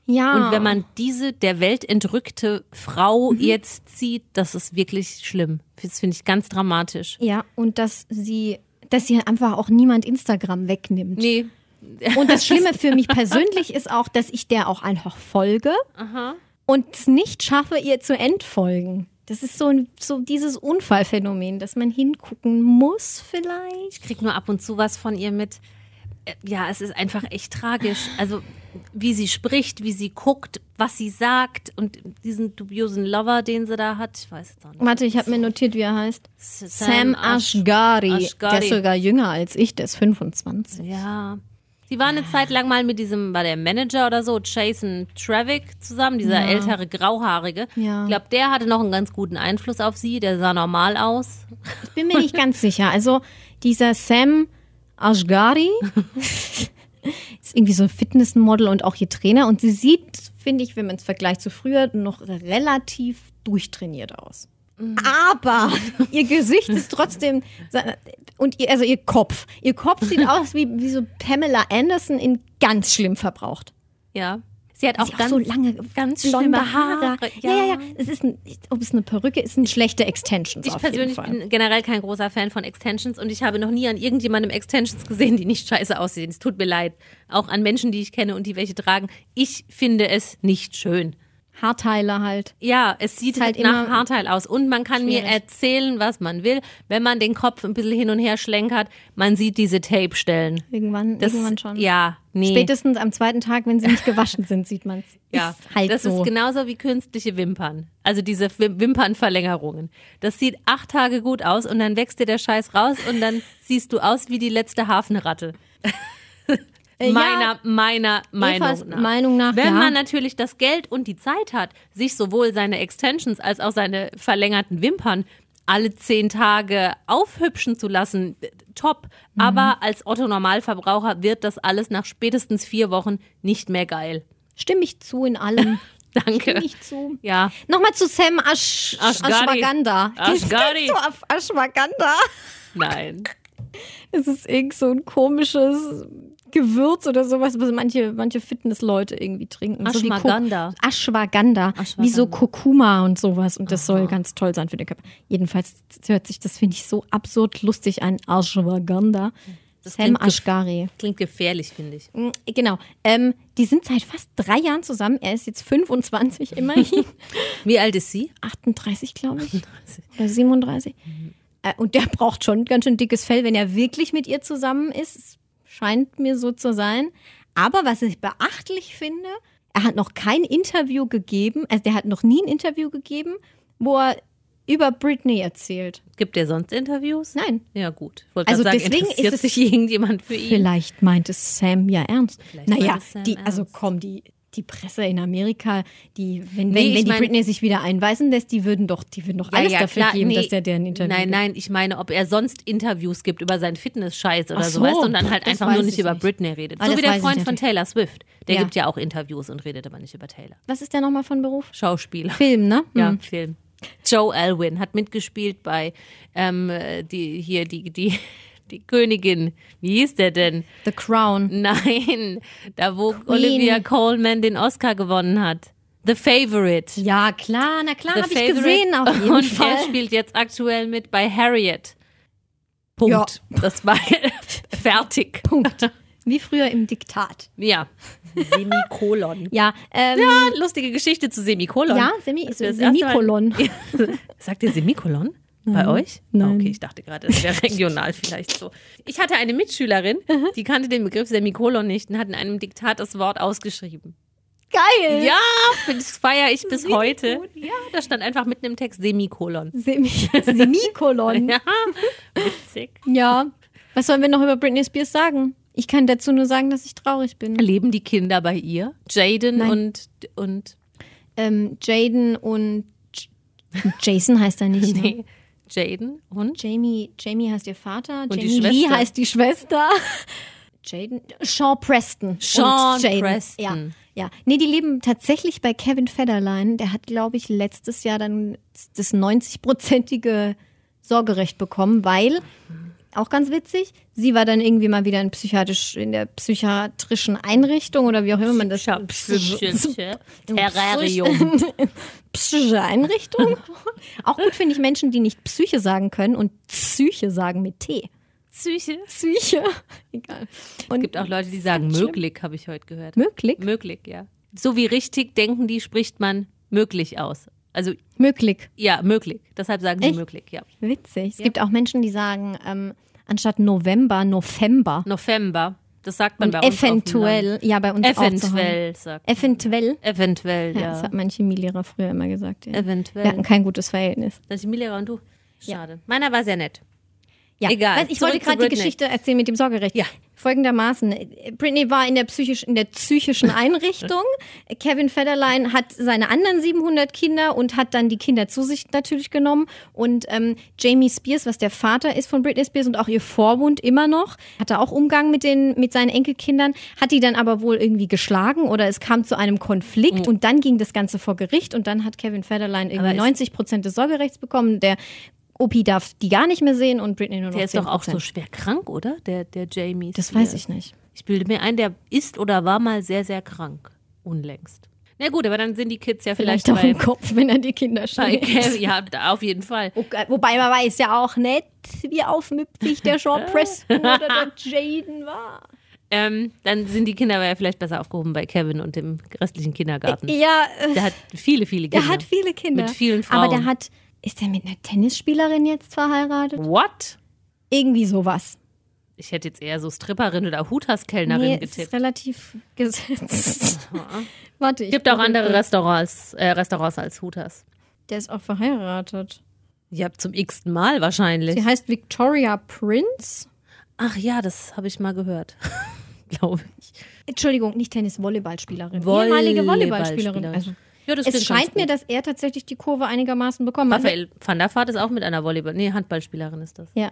ja. Und wenn man diese der Welt entrückte Frau Mhm. jetzt sieht, das ist wirklich schlimm. Das finde ich ganz dramatisch. ja, und dass sie, dass sie einfach auch niemand Instagram wegnimmt. Nee. Und das [LAUGHS] Schlimme für mich persönlich ist auch, dass ich der auch einfach folge und es nicht schaffe, ihr zu entfolgen. Das ist so, ein, so dieses Unfallphänomen, dass man hingucken muss vielleicht. Ich krieg nur ab und zu was von ihr mit. Äh, Ja, es ist einfach echt tragisch. Also, wie sie spricht, wie sie guckt, was sie sagt und diesen dubiosen Lover, den sie da hat. Ich weiß es auch nicht. Warte, ich habe mir notiert, wie er heißt. Sam, Ash- Ashgari. Ashgari. Der ist sogar jünger als ich, der ist 25. Ja. Sie war eine Zeit lang mal mit diesem, war der Manager oder so, Jason Travick zusammen, dieser ältere Grauhaarige. Ja. Ich glaube, der hatte noch einen ganz guten Einfluss auf sie. Der sah normal aus. bin mir nicht ganz sicher. Also dieser Sam [LAUGHS] Ashgari ist irgendwie so ein Fitnessmodel und auch hier Trainer. Und sie sieht, finde ich, wenn man es vergleicht zu früher, noch relativ durchtrainiert aus. Mhm. [LAUGHS] Aber ihr Gesicht ist trotzdem und ihr, also ihr Kopf. Ihr Kopf sieht [LAUGHS] aus wie, wie so Pamela Anderson in ganz schlimm verbraucht. Ja. Sie hat Auch, auch, sie auch ganz, so lange ganz blonde schlimme Haare. Ja, ja, ja. Es ist ein, ob es eine Perücke ist, sind schlechte Extensions Ich auf jeden persönlich Fall. bin generell kein großer Fan von Extensions und ich habe noch nie an irgendjemandem Extensions gesehen, die nicht scheiße aussehen. Es tut mir leid. Auch an Menschen, die ich kenne und die welche tragen. Ich finde es nicht schön. Haarteile halt. Ja, es sieht Ist halt halt nach immer Haarteil aus. Und man kann mir schwierig. erzählen, was man will. Wenn man den Kopf ein bisschen hin und her schlenkert, man sieht diese Tape-Stellen. Irgendwann, Das- irgendwann schon. Ja, nee. Spätestens am zweiten Tag, wenn sie nicht gewaschen sind, sieht man es. [LAUGHS] ja. Ist halt das so. ist genau genauso wie künstliche Wimpern. Also diese Wim- Wimpernverlängerungen. Das sieht acht Tage gut aus und dann wächst dir der Scheiß raus und dann siehst du aus wie die letzte Hafenratte. Äh, ja. meiner, meiner Meinung Evas nach. Meinung nach, Wenn ja. man natürlich das Geld und die Zeit hat, sich sowohl seine Extensions als auch seine verlängerten Wimpern alle zehn Tage aufhübschen zu lassen, äh, top. Mhm. Aber als Otto-Normalverbraucher wird das alles nach spätestens vier Wochen nicht mehr geil. Stimme ich zu in allem. [LAUGHS] Danke. Stimme ich zu. Ja, Nochmal zu Sam Ash Ashgari. Ashwagandha. [LAUGHS] Ashgari. Kennst du auf Ashwagandha? nein. Es ist irgend so ein komisches Gewürz oder sowas, was manche, manche Fitnessleute irgendwie trinken. So wie Ko- Ashwagandha. Ashwagandha. Wie so Kurkuma und sowas. Und das soll ganz toll sein für den Körper. Jedenfalls hört sich das, finde ich, so absurd lustig an. Ashwagandha. Sam klingt gef- Ashgari. Klingt gefährlich, finde ich. Mm, Genau. Ähm, die sind seit fast drei Jahren zusammen. Er ist jetzt 25 [LAUGHS] immerhin. Wie alt ist sie? 38, glaube ich. Oder 37. Äh, und der braucht schon ganz schön dickes Fell, wenn er wirklich mit ihr zusammen ist. Es Scheint mir so zu sein. Aber was ich beachtlich finde, er hat noch kein Interview gegeben. Also der hat noch nie ein Interview gegeben, wo er über Britney erzählt. Gibt er sonst Interviews? Nein. Ja, gut. Wollte Also grad sagen, deswegen interessiert ist es- sich irgendjemand für ihn. Vielleicht meint es Sam ja ernst. Vielleicht Naja, meint es Sam die, also ernst. komm, die, die Presse in Amerika, die, wenn, Nee, wenn, ich wenn die mein- Britney sich wieder einweisen lässt, die würden doch, die würden doch alles dafür geben, dass der deren Interview Nein, gibt. nein, ich meine, ob er sonst Interviews gibt über seinen Fitness-Scheiß oder Ach so, so, weißt du, und dann halt das einfach nur weiß nicht ich über nicht. Britney redet. Ah, so das wie der weiß ich Freund von natürlich. Taylor Swift. Der Ja. gibt ja auch Interviews und redet aber nicht über Taylor. Was ist der nochmal von Beruf? Schauspieler. Film, ne? [LAUGHS] Ja, Hm. Film. Joe Alwyn hat mitgespielt bei ähm, äh, die hier die die die Königin. Wie hieß der denn? [LAUGHS] The Crown. Nein, da wo Olivia Colman den Oscar gewonnen hat. The Favorite. Ja, klar, na klar, The habe ich Favourite. gesehen auf jeden Und Fall. der spielt jetzt aktuell mit bei Harriet. Punkt. Das war [LAUGHS] fertig. Punkt. Wie früher im Diktat. Ja. Semikolon. Ja, ähm, Ja, lustige Geschichte zu Semikolon. Ja, Semi- Dass wir das [LAUGHS] Semikolon. erste Mal- Sagt ihr Semikolon? Bei euch? Nein. Ah, Okay, ich dachte gerade, [LAUGHS] das wäre regional vielleicht so. Ich hatte eine Mitschülerin, Mhm. die kannte den Begriff Semikolon nicht und hat in einem Diktat das Wort ausgeschrieben. geil. Ja, das feiere ich bis heute. Ja, da stand einfach mitten im Text Semikolon. Semi Semikolon. [LAUGHS] Ja, witzig. Ja. Was sollen wir noch über Britney Spears sagen? Ich kann dazu nur sagen, dass ich traurig bin. Leben die Kinder bei ihr? Jaden Nein. und, und Ähm, Jaden und J Jason heißt er nicht. Ne? nee, Jaden und Jamie, Jamie heißt ihr Vater. Und die Jamie Lee Schwester. heißt die Schwester. [LAUGHS] Jaden, Sean Preston. Sean und Jaden. Preston. Ja, ja. Nee, die leben tatsächlich bei Kevin Federline. Der hat, glaube ich, letztes Jahr dann das 90-prozentige Sorgerecht bekommen, weil, auch ganz witzig, sie war dann irgendwie mal wieder in, psychiatrisch, in der psychiatrischen Einrichtung oder wie auch immer man das Terrarium. [LAUGHS] psychische Einrichtung. [LAUGHS] Auch gut finde ich Menschen, die nicht Psyche sagen können und Psyche sagen mit T. Psyche. Psyche. [LAUGHS] Egal. Und Es gibt auch Leute, die sagen möglich, habe ich heute gehört. Möglich? Möglich, ja. So wie richtig denken die, spricht man möglich aus. Also Möglich. ja, möglich. Deshalb sagen sie Echt? möglich, ja. Witzig. Es gibt auch Menschen, die sagen, ähm, anstatt November, November. November, das sagt man Und bei uns. auf dem eventuell, ja, bei uns auch. Land. zu Hause. Eventuell, sagt Eventuell. Eventuell, Ja, ja. Das hat mein Chemielehrer früher immer gesagt. Ja. Eventuell. Wir hatten kein gutes Verhältnis. Das sind Milera und du. Schade. Meiner war sehr nett. Ja, Egal, Was, ich zurück wollte zu gerade die Britney. Geschichte erzählen mit dem Sorgerecht. Ja. Folgendermaßen, Britney war in der, psychisch, in der [LAUGHS] psychischen Einrichtung. Kevin Federline hat seine anderen 700 Kinder und hat dann die Kinder zu sich natürlich genommen. Und ähm, Jamie Spears, was der Vater ist von Britney Spears und auch ihr Vormund immer noch, hatte auch Umgang mit, den, mit seinen Enkelkindern, hat die dann aber wohl irgendwie geschlagen oder es kam zu einem Konflikt und dann ging das Ganze vor Gericht und dann hat Kevin Federline Mhm. Aber irgendwie ist- 90 Prozent des Sorgerechts bekommen. Der Opi darf die gar nicht mehr sehen und Britney nur noch Der ist doch auch so 10%. schwer krank, oder? Der, der Jamie. Das weiß Spears. ich nicht. Ich bilde mir ein, der ist oder war mal sehr, sehr krank. Unlängst. Na gut, aber dann sind die Kids ja vielleicht, Vielleicht auch im bei, Kopf, wenn er die Kinder [LAUGHS] bei schlägt. Kev. Ja, da auf jeden Fall. Okay, Wobei man weiß ja auch nicht, wie aufmüpfig [LAUGHS] der Sean Preston oder der Jaden war. Ähm, dann sind die Kinder aber ja vielleicht besser aufgehoben bei Kevin und dem restlichen Kindergarten. Ja, äh, Der hat viele, viele Kinder. der hat viele Kinder. genau. Mit vielen Aber der Frauen. hat, ist der mit einer Tennisspielerin jetzt verheiratet? What? Irgendwie sowas. Ich hätte jetzt eher so Stripperin oder Hutas-Kellnerin Nee, es ist getippt. relativ [LAUGHS] gesetzt. Warte, ich Gibt auch google andere kurz. Restaurants, äh, Restaurants als Hutas. Der ist auch verheiratet. Ja, zum x-ten Mal wahrscheinlich. Sie heißt Victoria Prince. Ach ja, das habe ich mal gehört. [LAUGHS] Glaube ich. Entschuldigung, nicht Tennis, Volleyballspielerin. Ehemalige Ehemalige Volleyballspielerin. Also, ja, das es klingt scheint ganz mir, gut. dass er tatsächlich die Kurve einigermaßen bekommen hat. Raphael van der Vaart ist auch mit einer Volleyball... Nee, Handballspielerin ist das. Ja.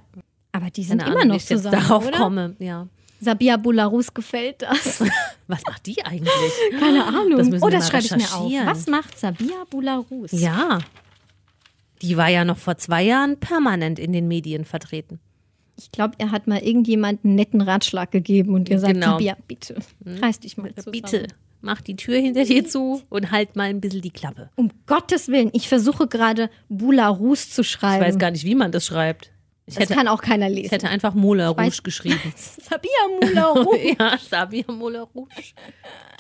Aber die sind Keine immer Ahnung, wie noch ich jetzt zusammen, darauf oder? komme. Ja. [LAUGHS] Sabia Bularus gefällt das. Was macht die eigentlich? [LAUGHS] Keine Ahnung. Das müssen oh, wir das mal schreibe ich mir auf. recherchieren. Was macht Sabia Bularus? ja. Die war ja noch vor zwei Jahren permanent in den Medien vertreten. Ich glaube, er hat mal irgendjemanden einen netten Ratschlag gegeben und ihr sagt, Genau. Hm? Sabia, bitte, reiß dich mal zusammen. Bitte, mach die Tür hinter dir zu und halt mal ein bisschen die Klappe. Um Gottes Willen, ich versuche gerade Bularus zu Ich schreiben. weiß gar nicht, wie man das schreibt. Ich das hätte, kann auch keiner ich lesen. hätte einfach Moulin weiß- Rouge geschrieben. Sabia Bularus. [LAUGHS] ja, Sabia Moulin Rouge.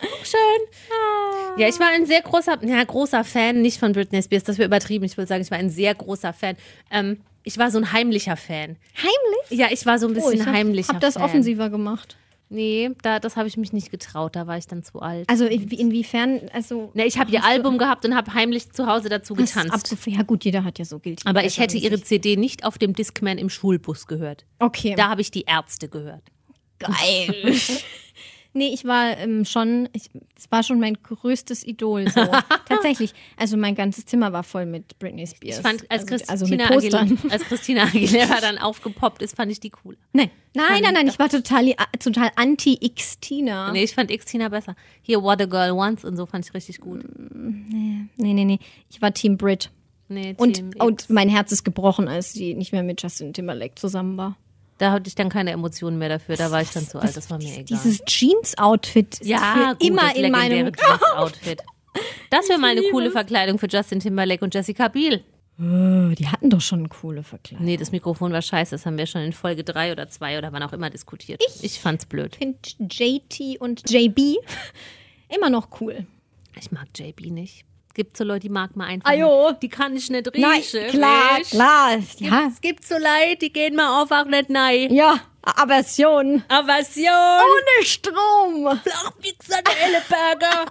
Auch schön. Ja, ich war ein sehr großer, ja, großer Fan, nicht von Britney Spears, das wäre übertrieben. Ich würde sagen, ich war ein sehr großer Fan. Ähm, ich war so ein heimlicher Fan. Heimlich? Ja, ich war so ein bisschen Oh, ich heimlicher hab, hab das Fan. offensiver gemacht. Nee, da, das habe ich mich nicht getraut, da war ich dann zu alt. Also in- inwiefern, also Ne, ich habe ihr Album gehabt und habe heimlich zu Hause dazu hast getanzt. abgef- Ja gut, jeder hat ja so gilt. Aber ich hätte ihre CD nicht auf dem Discman im Schulbus gehört. Okay. [LAUGHS] Da habe ich die Ärzte gehört. Geil. Nee, ich war ähm, schon, ich- es war schon mein größtes Idol. [LAUGHS] So. Tatsächlich. Also mein ganzes Zimmer war voll mit Britney Spears. Ich fand, als, also, also mit Christina Postern. Aguilera, als Christina [LAUGHS] Aguilera dann aufgepoppt ist, fand ich die cool. [LAUGHS] Nein, nein, nein, nein. Ich war total, äh, total anti-X-Tina. Nee, ich fand Xtina besser. Hier, What a Girl Wants und so fand ich richtig gut. Nee, nee, nee. Ich war Team Brit. Nee, Team Und, X. und mein Herz ist gebrochen, als sie nicht mehr mit Justin Timberlake zusammen war. Da hatte ich dann keine Emotionen mehr dafür. Da war ich dann zu alt. Das war mir egal. Dieses Jeans-Outfit ist ja, für gut, immer das in meinem. legendäre Outfit. Das wäre mal eine coole Verkleidung für Justin Timberlake und Jessica Biel. Oh, die hatten doch schon coole Verkleidung. Nee, das Mikrofon war scheiße. Das haben wir schon in Folge 3 oder 2 oder wann auch immer diskutiert. Ich, fand's blöd. Ich finde JT und JB [LAUGHS] immer noch cool. Ich mag JB nicht. Gibt so Leute, die mag man einfach. Ah, jo. nicht. Die kann ich nicht riechen. Nein, klar, weißt? klar. Ja, Es gibt so Leute, die gehen mal einfach nicht nein. ja, Aversion. Aber [LAUGHS] so. Ohne Strom. Ach, wie gesagt, der [LAUGHS] Ellenberger.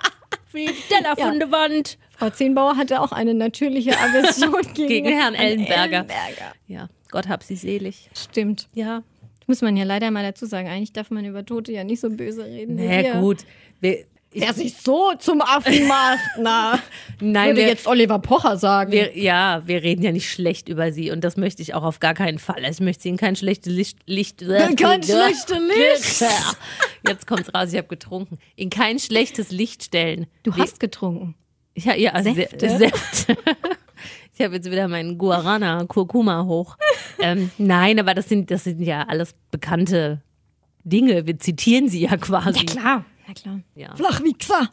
Wie Teller Ja. von der Wand. Frau Zehnbauer hatte auch eine natürliche Aversion [LAUGHS] gegen, Gegen an Herrn Ellenberger. Ellenberger. Ja, Gott hab sie selig. Stimmt. Ja. Muss man ja leider mal dazu sagen. Eigentlich darf man über Tote ja nicht so böse reden. wie wir. gut. Wir, ich, Der sich so zum Affen [LAUGHS] macht. Na, nein, würde wir, jetzt Oliver Pocher sagen. wir, ja, wir reden ja nicht schlecht über sie und das möchte ich auch auf gar keinen Fall. Ich möchte sie in kein schlechtes Licht. Licht Kein schlechtes Licht. Jetzt kommt's raus, ich habe getrunken. In kein schlechtes Licht stellen. du hast getrunken. Ich, ha- ja, Säfte. Säfte. Säfte. [LAUGHS] Ich habe jetzt wieder meinen Guarana, Kurkuma hoch. Ähm, nein, aber das sind, das sind ja alles bekannte Dinge. Wir zitieren sie ja quasi. Klar. Ja, klar. Ja. Flachwichser.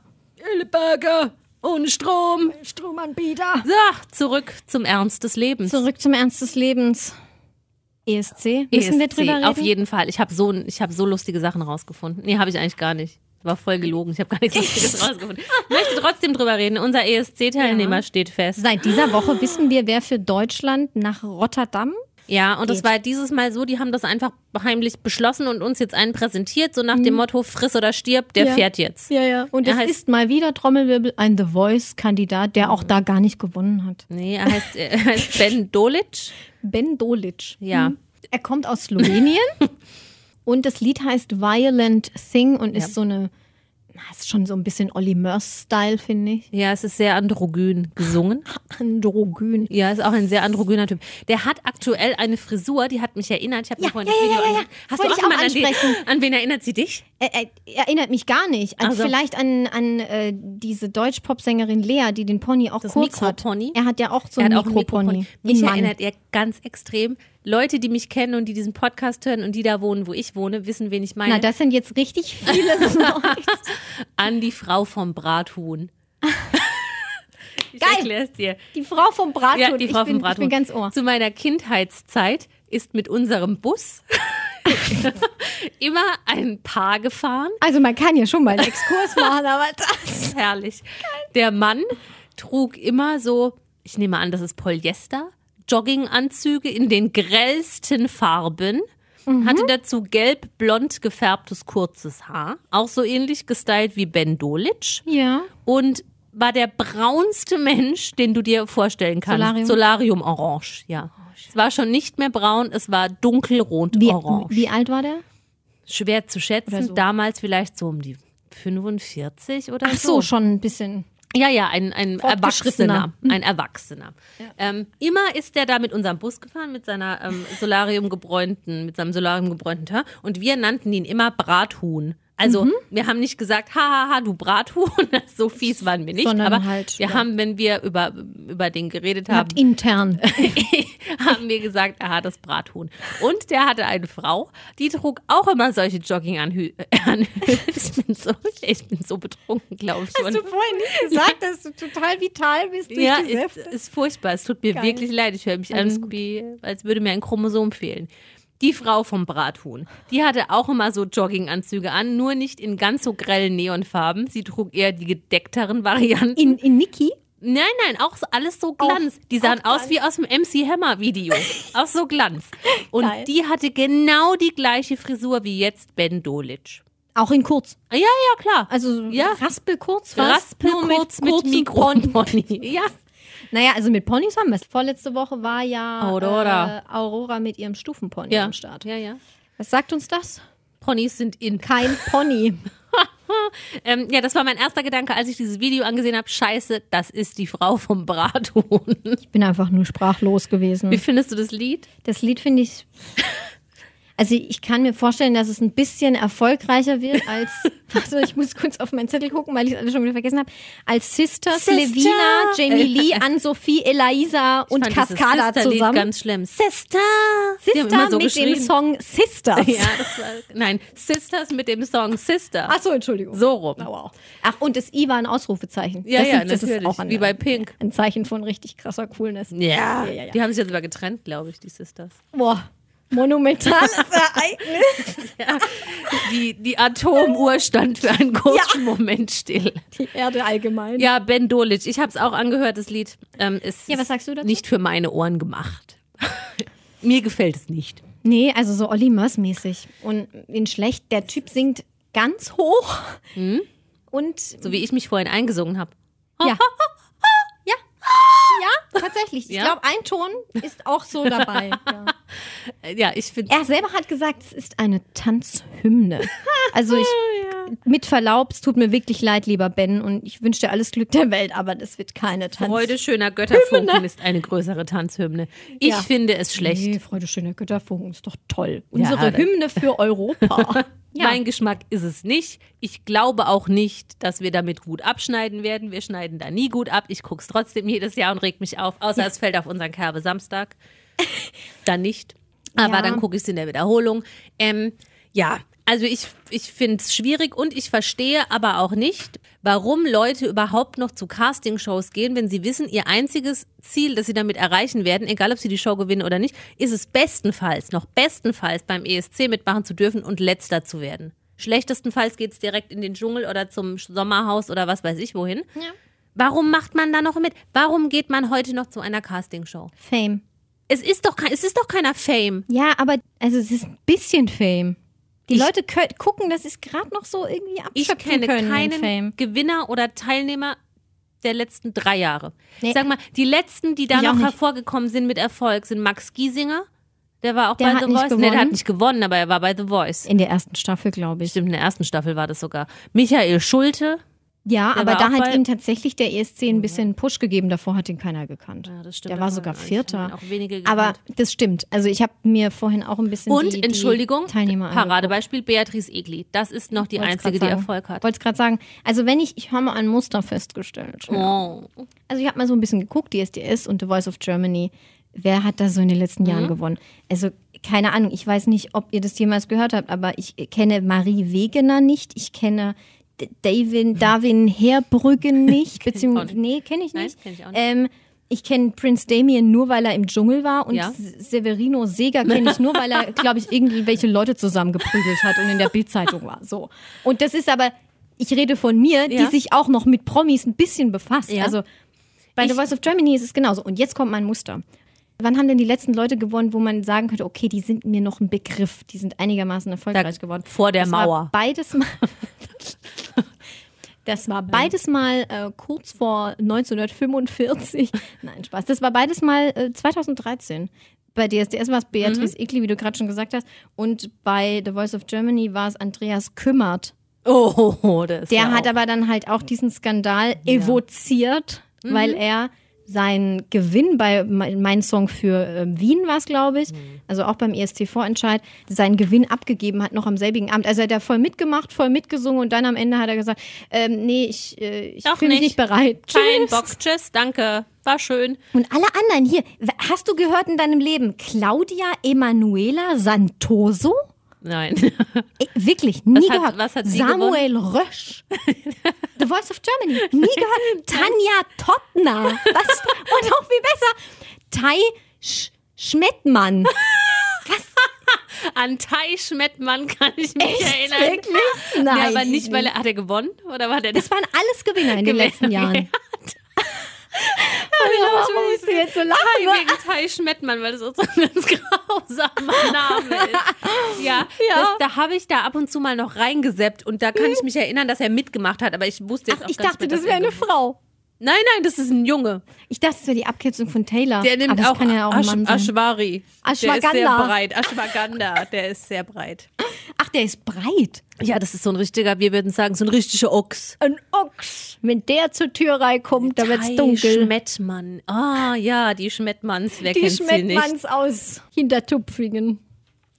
Ölberger ohne Strom. Äh, Stromanbieter. So, zurück zum Ernst des Lebens. Zurück zum Ernst des Lebens. E ESC. Müssen wir ESC, drüber reden? E Auf jeden Fall. Ich habe so, ich hab so lustige Sachen rausgefunden. Nee, habe ich eigentlich gar nicht. War voll gelogen. Ich habe gar nichts [LAUGHS] Lustiges rausgefunden. Möchte trotzdem drüber reden. Unser ESC-Teilnehmer steht fest. Seit dieser Woche wissen wir, wer für Deutschland nach Rotterdam. Ja, und das war dieses Mal so, die haben das einfach heimlich beschlossen und uns jetzt einen präsentiert, so nach dem Motto, friss oder stirb, der Mhm. Ja. fährt jetzt. Ja, ja. Und Er es heißt- ist mal wieder Trommelwirbel ein The Voice-Kandidat, der auch da gar nicht gewonnen hat. Nee, er heißt, er [LAUGHS] heißt Ben Dolic. Ben Dolic. Ja. Er kommt aus [LAUGHS] Slowenien und das Lied heißt Violent Thing und ist so eine, na, ist schon so ein bisschen Olli Mörs-Style, finde ich. [LAUGHS] Ja, es ist sehr androgyn gesungen. Androgyn. Ja, ist auch ein sehr androgyner Typ. Der hat aktuell eine Frisur, die hat mich erinnert. Ich habe mir vorhin das Video angeguckt. Hast du Wollte auch ich auch jemanden an, ansprechen. wen, an wen erinnert sie dich? Er, er, erinnert mich gar nicht. Ach Also so. vielleicht an, an äh, diese Deutsch-Pop-Sängerin Lea, die den Pony auch Das kurz Mikropony? hat. Er hat ja auch so Er einen hat auch einen Mikropony. Mikropony. Mich Ein Mann. erinnert er ganz extrem. Leute, die mich kennen und die diesen Podcast hören und die da wohnen, wo ich wohne, wissen, wen ich meine. Na, das sind jetzt richtig viele [LAUGHS] Leute. an die Frau vom Brathuhn. [LAUGHS] ich Geil. erklär's dir. Die Frau vom Brathuhn. Ja, die Frau ich bin, vom Brathuhn. Ich bin ganz ohr. Zu meiner Kindheitszeit ist mit unserem Bus [LAUGHS] immer ein Paar gefahren. Also man kann ja schon mal einen Exkurs machen, aber das... Herrlich. Der Mann trug immer so, ich nehme an, das ist Polyester, Jogginganzüge in den grellsten Farben. Mhm. Hatte dazu gelb-blond gefärbtes kurzes Haar, auch so ähnlich gestylt wie Ben Dolic. Ja. und war der braunste Mensch, den du dir vorstellen kannst. Solarium? Solarium Oh, Orange, ja. Es war schon nicht mehr braun, es war dunkelrot Wie, orange. wie alt war der? Schwer zu schätzen, Oder so. damals vielleicht so um die 45 oder Ach so. so, schon ein bisschen. Ja, ja, ein, ein Erwachsener. Fortgeschrittener. Hm. Ein Erwachsener. Ähm, immer ist der da mit unserem Bus gefahren, mit seiner ähm, Solarium gebräunten, mit seinem Solarium gebräunten Haar. Und wir nannten ihn immer Brathuhn. Also Mhm. wir haben nicht gesagt, hahaha, du Brathuhn. [LAUGHS] so fies waren wir nicht. Sondern aber halt, wir ja. haben, wenn wir über, über den geredet Ihr haben, habt intern. [LAUGHS] haben wir gesagt, aha, das Brathuhn. Und der hatte eine Frau, die trug auch immer solche Jogginganhü. [LAUGHS] ich, bin so, ich bin so betrunken, glaube ich. schon. vorhin nicht gesagt, dass du total vital bist Ja, ist, ist furchtbar. Es tut mir Geil. wirklich leid. Ich höre mich an, wie, als würde mir ein Chromosom fehlen. Die Frau vom Brathuhn, die hatte auch immer so Jogginganzüge an, nur nicht in ganz so grellen Neonfarben. Sie trug eher die gedeckteren Varianten. In, in Niki? nein, nein, auch so, alles so Glanz. die sahen aus wie aus dem MC [LAUGHS] Hammer Video. auch so Glanz. Und Geil. die hatte genau die gleiche Frisur wie jetzt Ben Dolic. Auch in kurz. Ja, ja, klar. Also Ja. raspelkurz fast. Raspel nur kurz mit, kurzen Pon- Mikropony. [LAUGHS] ja. Naja, also mit Ponys haben wir es. Vorletzte Woche war ja Aurora. Äh, Aurora mit ihrem Stufenpony Ja. am Start. ja, ja. Was sagt uns das? Ponys sind in. Kein Pony. Ähm, ja, das war mein erster Gedanke, als ich dieses Video angesehen habe. Scheiße, das ist die Frau vom Brathuhn. Ich bin einfach nur sprachlos Wie gewesen. findest du das Lied? Das Lied finde ich. Also ich kann mir vorstellen, dass es ein bisschen erfolgreicher wird als. [LAUGHS] Warte, ich muss kurz auf meinen Zettel gucken, weil ich es alle schon wieder vergessen habe. Als Sisters, Sister! Levina, Jamie Lee, Ann-Sophie, Eliza und Ich fand dieses Cascada Sister-Lied zusammen. ganz schlimm. Sister! Die haben Sister mit immer so dem geschrien. Song Sisters. [LAUGHS] Ja, das war, nein, Sisters mit dem Song Sister. Oh, Ach so, Entschuldigung. So rum. Na, wow. Ach, und das I war ein Ausrufezeichen. Ja, das ja, ist, das ist natürlich, auch ein, wie bei Pink. Ein Zeichen von richtig krasser Coolness. ja, Ja. ja. Die haben sich jetzt aber getrennt, glaube ich, die Sisters. Boah, [LAUGHS] monumentales Ereignis. Die, die Atomuhr stand für einen kurzen Moment still. Die Erde allgemein. Ja, Ben Dolich. Ich habe es auch angehört, das Lied. Ähm, es Ja, was ist sagst du dazu? Nicht für meine Ohren gemacht. [LAUGHS] Mir gefällt es nicht. Nee, also so Olli Mörs mäßig. Und in schlecht, der Typ singt ganz hoch. Hm? Und So wie ich mich vorhin eingesungen habe. ja. Ja. Ja, tatsächlich. Ja? Ich glaube, ein Ton ist auch so [LAUGHS] dabei. Ja. Äh, Ja, ich finde. Er selber hat gesagt, es ist eine Tanzhymne. Also ich, Oh, mit Verlaub, es tut mir wirklich leid, lieber Ben, und ich wünsche dir alles Glück der Welt, aber das wird keine Tanz. Freude schöner Götterfunken ist eine größere Tanzhymne. Ich Ja. Mhm. finde es schlecht. Nee, Freude schöner Götterfunken ist doch toll. Ja, Unsere da- Hymne für [LAUGHS] Europa. Ja. Mein Geschmack ist es nicht. Ich glaube auch nicht, dass wir damit gut abschneiden werden. Wir schneiden da nie gut ab. Ich gucke es trotzdem jedes Jahr und reg mich auf, außer es fällt auf unseren Kerbe Samstag. Dann nicht. Aber Ja. dann gucke ich es in der Wiederholung. Ähm, ja, also ich, ich finde es schwierig und ich verstehe aber auch nicht, warum Leute überhaupt noch zu Castingshows gehen, wenn sie wissen, ihr einziges Ziel, das sie damit erreichen werden, egal ob sie die Show gewinnen oder nicht, ist es bestenfalls, noch bestenfalls beim ESC mitmachen zu dürfen und letzter zu werden. Schlechtestenfalls geht es direkt in den Dschungel oder zum Sommerhaus oder was weiß ich wohin. Warum macht man da noch mit? Warum geht man heute noch zu einer Castingshow? Fame. Es ist doch, kein- es ist doch keiner Fame. Ja, aber also es ist ein bisschen Fame. Die Ich- Leute kö- gucken, dass sie es gerade noch so irgendwie Ich abschöpfen kenne können. den keinen Fame. Gewinner oder Teilnehmer der letzten drei Jahre. Nee. Ich sag mal, die letzten, die da Ich auch noch nicht. hervorgekommen sind mit Erfolg, sind Max Giesinger. Der war auch Der bei hat The nicht Voice. Nee, der gewonnen. hat nicht gewonnen, aber er war bei The Voice. In der ersten Staffel, glaube ich. Stimmt, in der ersten Staffel war das sogar. Michael Schulte. Ja, Der aber war da auch hat bei- Mhm. ihm tatsächlich der ESC ein bisschen einen Push gegeben. Davor hat ihn keiner gekannt. Ja, das stimmt. der war Da sogar haben Vierter. Auch wenige Aber gekannt. das stimmt. Also ich habe mir vorhin auch ein bisschen Und, die, Entschuldigung, die Teilnehmer Paradebeispiel Beatrice Egli. Das ist noch die einzige, die Erfolg hat. Wollte es gerade sagen. Also wenn ich, ich habe mal ein Muster festgestellt. Oh. Also ich habe mal so ein bisschen geguckt, DSDS und The Voice of Germany. Wer hat da so in den letzten Mhm. Jahren gewonnen? Also keine Ahnung. Ich weiß nicht, ob ihr das jemals gehört habt, aber ich kenne Marie Wegener nicht. Ich kenne D- [LAUGHS] Davin, Darwin Herbrüggen nicht. Beziehungsweise, nee, kenne ich Nein, nicht. kenn ich auch nicht. Ähm, ich kenne Prince Damien nur, weil er im Dschungel war und Ja. S- Severino Seger kenne ich nur, weil [LAUGHS] er, glaube ich, irgendwelche Leute zusammengeprügelt hat und in der Bildzeitung war. So. Und das ist aber, ich rede von mir, die Ja. sich auch noch mit Promis ein bisschen befasst. Ja. Also bei The Voice of Germany ist es genauso. Und jetzt kommt mein Muster. Wann haben denn die letzten Leute gewonnen, wo man sagen könnte, okay, die sind mir noch ein Begriff, die sind einigermaßen erfolgreich geworden? vor der das Mauer. War beides mal. [LAUGHS] Das war beides mal äh, kurz vor 1945. [LAUGHS] Nein, Spaß. Das war beides mal äh, 2013. Bei DSDS war es Beatrice Mhm. Egli, wie du gerade schon gesagt hast. Und bei The Voice of Germany war es Andreas Kümmert. Oh, das ist Der ja hat auch. aber dann halt auch diesen Skandal evoziert, Mhm. weil er seinen Gewinn bei mein mein Song für ähm, Wien war es, glaube ich, Mhm. also auch beim ESC-Vorentscheid, seinen Gewinn abgegeben hat, noch am selbigen Abend. Also er hat da voll mitgemacht, voll mitgesungen und dann am Ende hat er gesagt, ähm, nee, ich, äh, ich Doch fühle mich nicht. nicht bereit. Kein Tschüss. Bock, tschüss, danke. War schön. Und alle anderen hier, w- hast du gehört in deinem Leben Claudia Emanuela Santoso? Nein. Ey, Wirklich, nie hat- gehört. was hat sie Samuel Rösch. The Voice of Germany. Nie [LAUGHS] gehört. Tanja Tottner. Was? Und noch viel besser. Tai Sch [LAUGHS] Schmettmann. An Tai Schmettmann kann ich mich erinnern. Wirklich? Nein. Nee, aber nicht, weil er hat er gewonnen oder war der Das waren alles Gewinner in den Gewinner. letzten [LAUGHS] Jahren. ja, warum musst du jetzt so Tai lachen? wegen Tai Schmettmann, weil das auch so ein ganz [LAUGHS] grausamer Name ist. Ja, Ja. Das, da habe ich da ab und zu mal noch reingeseppt und da kann ich mich erinnern, dass er mitgemacht hat, aber ich wusste jetzt Ach, auch ich gar nicht dachte, mehr, das dass wäre eine er gewonnen Frau. Nein, nein, das ist ein Junge. Ich dachte, es wäre die Abkürzung von Taylor. Der nimmt aber es auch, kann ja auch ein Ash Mann sein. Ashwari. Der ist sehr Ashwagandha. breit. Ashwagandha, der ist sehr breit. Ach, der ist breit. Ja, das ist so ein richtiger, wir würden sagen, so ein richtiger Ochs. Ein Ochs. Wenn der zur Tür reinkommt, dann wird's Thai dunkel. Schmettmann. Ah, ja, die Schmettmanns, wer die kennt sie nicht? Schmettmanns aus Hintertupfingen.